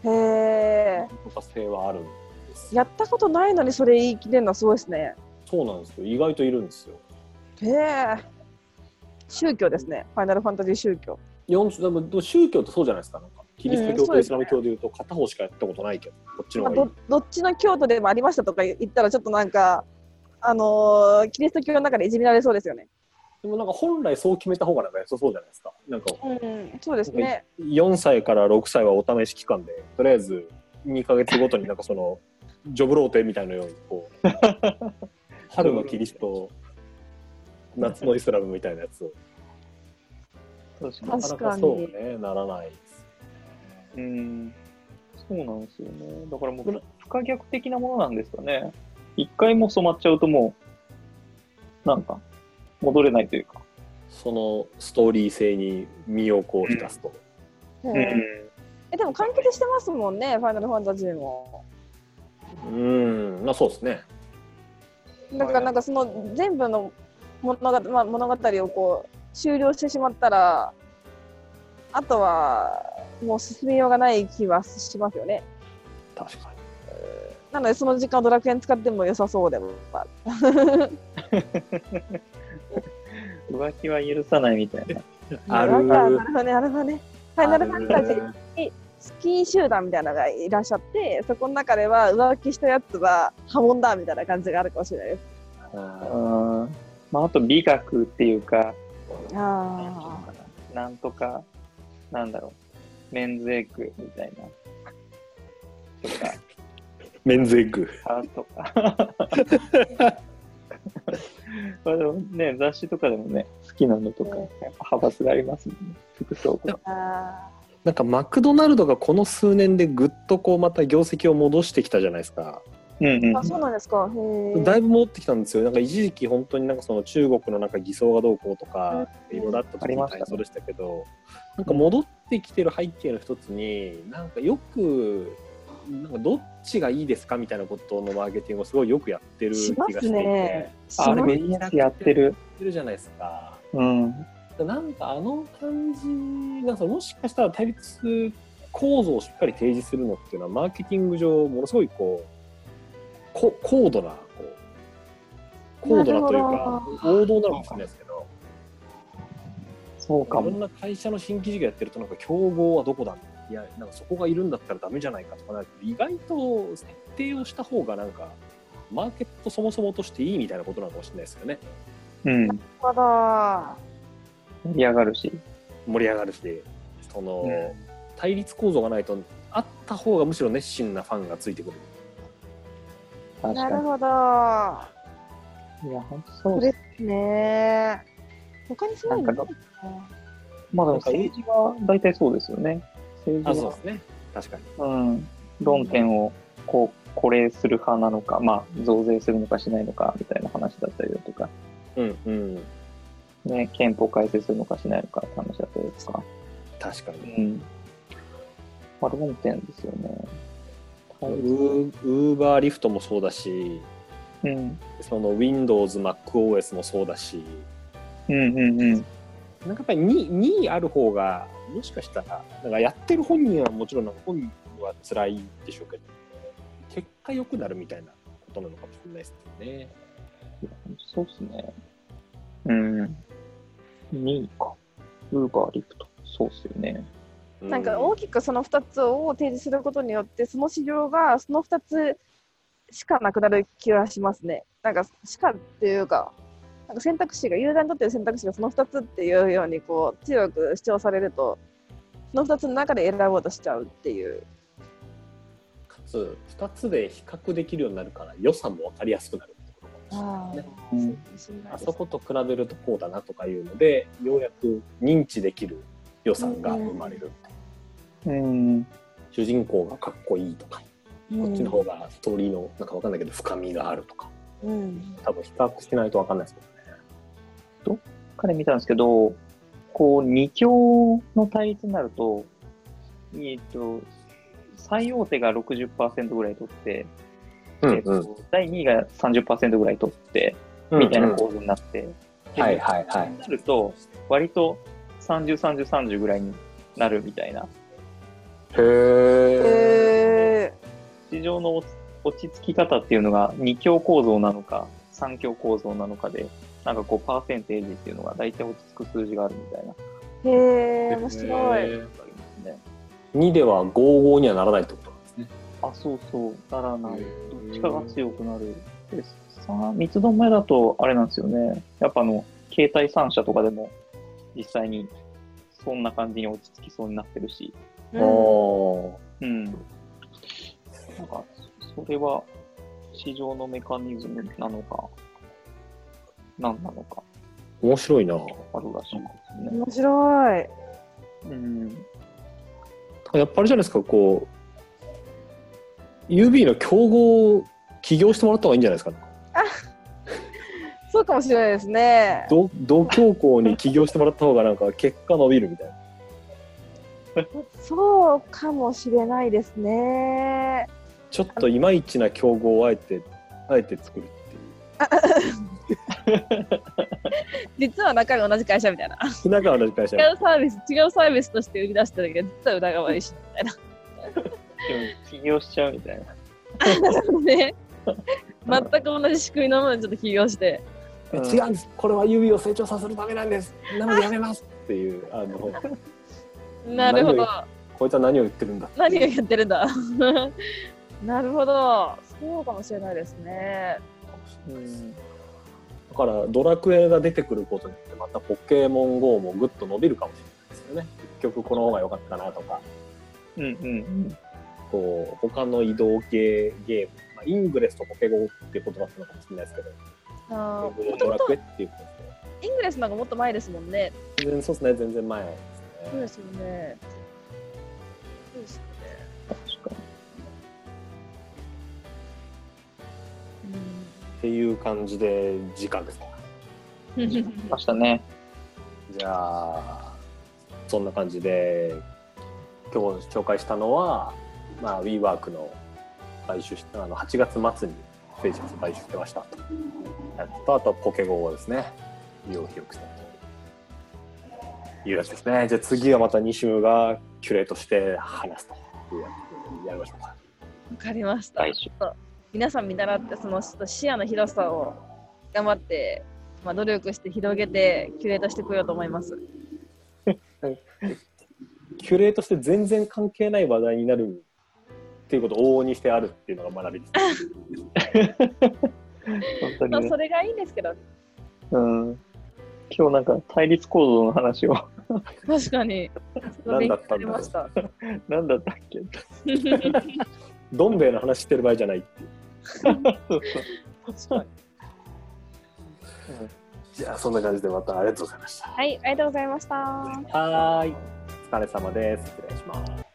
B: へえ。
C: とか性はあるんです
B: やったことないのにそれ言い切れるのはすごいですね。
C: そうなんですよ意外といるんですよ
B: へえ。宗教ですね。ファイナルファンタジー宗教。
C: 四種でもでも宗教ってそうじゃないですかなんかキリスト
B: う
C: 教
B: んそう
C: と
B: です
C: イスラム教でいうと片方しかやったことないけどこっちの
B: まあ、
C: 方がいい
B: どどっちの教徒でもありましたとか言ったらちょっとなんか、あのーキリスト教の中でいじめられそうですよね。
C: でもなんか本来そう決めた方がなんか良さそうじゃないですかなんか
B: うん、そうですね。
C: 4歳から6歳はお試し期間でとりあえず2ヶ月ごとになんかそのジョブローテみたいなようにこ う春のキリスト夏のイスラムみたいなやつを
A: 確かに。
C: なかな
B: 確
C: か
B: かに
C: そうねならないです
A: うん。そうなんですよね。だからもう、不可逆的なものなんですかね。一回も染まっちゃうともう、なんか、戻れないというか。
C: そのストーリー性に身をこう浸すと、
B: へ
A: う
B: ええでも完結してますもんね、ファイナルファンタジーも。
C: うんまあそうですね
B: だからなんかその全部の物語,、まあ、物語をこう終了してしまったら、あとはもう進みようがない気はしますよね。
C: 確かに
B: なのでその時間をドラクエに使っても良さそうでもある。
A: 浮気は許さないみたいな。
C: ある
B: なんかなるほどね、なるほどね。ファイナルファンタジ
C: あ
B: ー
C: る
B: スキー集団みたいなのがいらっしゃって、そこの中では浮気したやつは波紋だみたいな感じがあるかもしれないです。
C: あ
A: うん。まあ、あと美学っていうか、
B: あ
A: なんとか、なんだろう、メンズエッグみたいな。とか、
C: メンズエッグ
A: カーとか。 まあでもね、雑誌とかでもね、好きなのとか、やっぱ派閥がありますもんね。服装とか。
B: あ
C: なんかマクドナルドがこの数年でぐっとこうまた業績を戻してきたじゃないですか、
A: うんうん
B: ー。あ、そうなんですか。へー
C: だいぶ戻ってきたんですよなんか一時期本当になんかその中国のなんか偽装がどうこうとか
B: うん
C: いろいろあった
A: あ
C: 時
A: り
C: に
A: ましたね
C: 大そうでしたけどなんか戻ってきてる背景の一つになんかよくなんかどっちがいいですかみたいなことのマーケティングをすごいよくやってる
B: し
C: 気
B: ま
C: がして
B: す
C: いて、
B: ね。し
A: あ
B: ま
A: れ
B: す
A: めっちゃやってる。
C: やってるじゃないですか。
A: うん。
C: なんかあの感じがそのもしかしたら対立構造をしっかり提示するのっていうのはマーケティング上ものすごいこうこ高度なこう高度なというか王道なのかもしれないですけど
A: そうか
C: いろ
A: も。
C: んな会社の新規事業やってるとなんか競合はどこだいやなんかそこがいるんだったらダメじゃないかとかなるけど意外と設定をした方がなんかマーケットそもそもとしていいみたいなことなのかもしれないですよね
A: うん。
B: ただ、
A: 盛り上がるし。
C: 盛り上がるしその、
A: うん
C: 対立構造がないとあった方がむしろ熱心なファンがついてくる
A: 確
B: な
A: か
B: るほど。
A: に。いや、ほんとそう
B: そ
A: で
B: れ
A: す。
B: ね他にそういうの
A: なん
B: ないですか
A: まあでも政治は大体そうですよね。政治は。
C: すね確かに
A: うん、論点をこう固定する派なのか、まあ、増税するのかしないのかみたいな話だったりだとか、
C: うんうん
A: ね、憲法改正するのかしないのかって話だったりとか、
C: 確か
A: う
C: に
A: ん、丸本店ですよね。
C: ウ
A: はい
C: ーバーリフトもそうだし
A: うん。
C: その WindowsMacOS もそうだし
A: うんうんうん。
C: なんかやっぱり 2, 2位ある方がもしかしたらなんかやってる本人はもちろんなんか本人は辛いでしょうけど結果良くなるみたいなことなのかもしれないですよね。
A: そうっすね。うん。2位か。ウーバーリフト。そうっすよね。
B: なんか
C: う
B: 大きくその2つを提示することによってその市場がその2つしかなくなる気がしますね。なんかしかっていうかなんか選択肢がユーザーにとっての選択肢がその2つっていうようにこう強く主張されるとその2つの中で選ぼうとしちゃうっていう。
C: かつ2つで比較できるようになるから良さも分かりやすくなるってことかもしれない
B: あ
C: ー
A: うん
C: あそこと比べるとこうだなとかいうのでようやく認知できる予算が生まれる、
A: うん。
C: 主人公がかっこいいとか、
D: こ
C: こっちの方がストーリーのなんかわかんないけど深みがあるとか
D: うん。
C: 多分比較してないとわかんないです
A: 彼見たんですけど、こう、二強の対立になると、えっと、最大手が60%ぐらい取って、
C: もん
A: え
C: ね
A: っ。と第2位が30%ぐらい取って、みたいな構図になって、で
C: はいはいはい
A: そうなると、割と30、30、30ぐらいになるみたいな、
C: へえ。
D: え
A: 市場の落ち落ち着き方っていうのが2強構造なのか、3強構造なのかで、なんかこう、パーセンテージっていうのが大体落ち着く数字があるみたいな。
B: へえ面白い。
A: ありますね。
C: 2では55にはならないってことなんですね。
A: あ、そうそう、ならない
C: へ。ー
A: どっちかが強くなる。で、さ三つどもえだと、あれなんですよね。やっぱあの、携帯三社とかでも、実際に、そんな感じに落ち着きそうになってるし。
D: ー。
C: お
A: うん。なんか、そそれは、市場のメカニズムなのか、何なのか、
C: ー面白いな。
A: あるらしいですね。
D: 面白い。
A: うん。
C: やっぱあれじゃないですかこう UB の競合を起業してもらった方がいいんじゃないですか。
B: そうかもしれないですね。
C: 同同強校に起業してもらった方がなんか結果伸びるみたいな。
D: そうかもしれないですね。
C: ちょっといまいちな競合をあえてあえて作るっていう。
B: 実は中身同じ会社みたいな。
C: なんか同じ会社
B: 違。うサービス違うサービスとして売り出してるけど実は裏側一緒
A: でも、起業しちゃうみたいな。
B: ね、全く同じ仕組みのものにちょっと起業して、
C: え違うんです。これは UB を成長させるためなんです。なのでやめますっていうあ の
B: なるほど、
C: こいつは何を言ってるんだ。
B: 何をやってるんだ。 なるほど、そうかもしれないですね。
A: うん。
C: だからドラクエが出てくることによってまたポケモン GO もぐっと伸びるかもしれないですよね結局この方が良かったかなとか
A: うんうん
C: こう他の移動系ゲーム、まあ、イングレスとポケ GO っていう言葉だったのかもしれないですけ
B: あー
C: どドラクエっていうことですね
B: イングレスなんかもっと前ですもんね。
C: 全然そうですね全然前で
B: そうですよね。そうですよね。
A: 確か
C: すっていう感じで時間ですか
B: うん
A: に。 ましたね。
C: じゃあそんな感じで今日紹介したのは、まあ、WeWork の買収したあの8月末にフェイシャス買収してましたとやつとあとポケゴーですね利を広くしたというやつですねじゃあ次はまた西村がキュレートして話すというやつでやりましょうか
B: わかりました。
A: 来週。
B: 皆さん見習ってそのちょっと視野の広さを頑張って、まあ、努力して広げてキュレートしてこようと思います。
C: キュレートして全然関係ない話題になるっていうことを往々にしてあるっていうのが学びです
A: 本当
B: まあ
A: にね
B: そ。れがいいんですけどね
A: うん。今日なんか対立構造の話を
B: 確かに。
C: 何だった
B: 勉強にな
C: んだろう
B: りました。
A: 何だったっけ
C: どん兵衛の話してる場合じゃないっていう
A: そうそう。
C: じゃあそんな感じでまたありがとうございました
B: はい、ありがとうございました。
C: はーい。お疲れ様です。失礼します。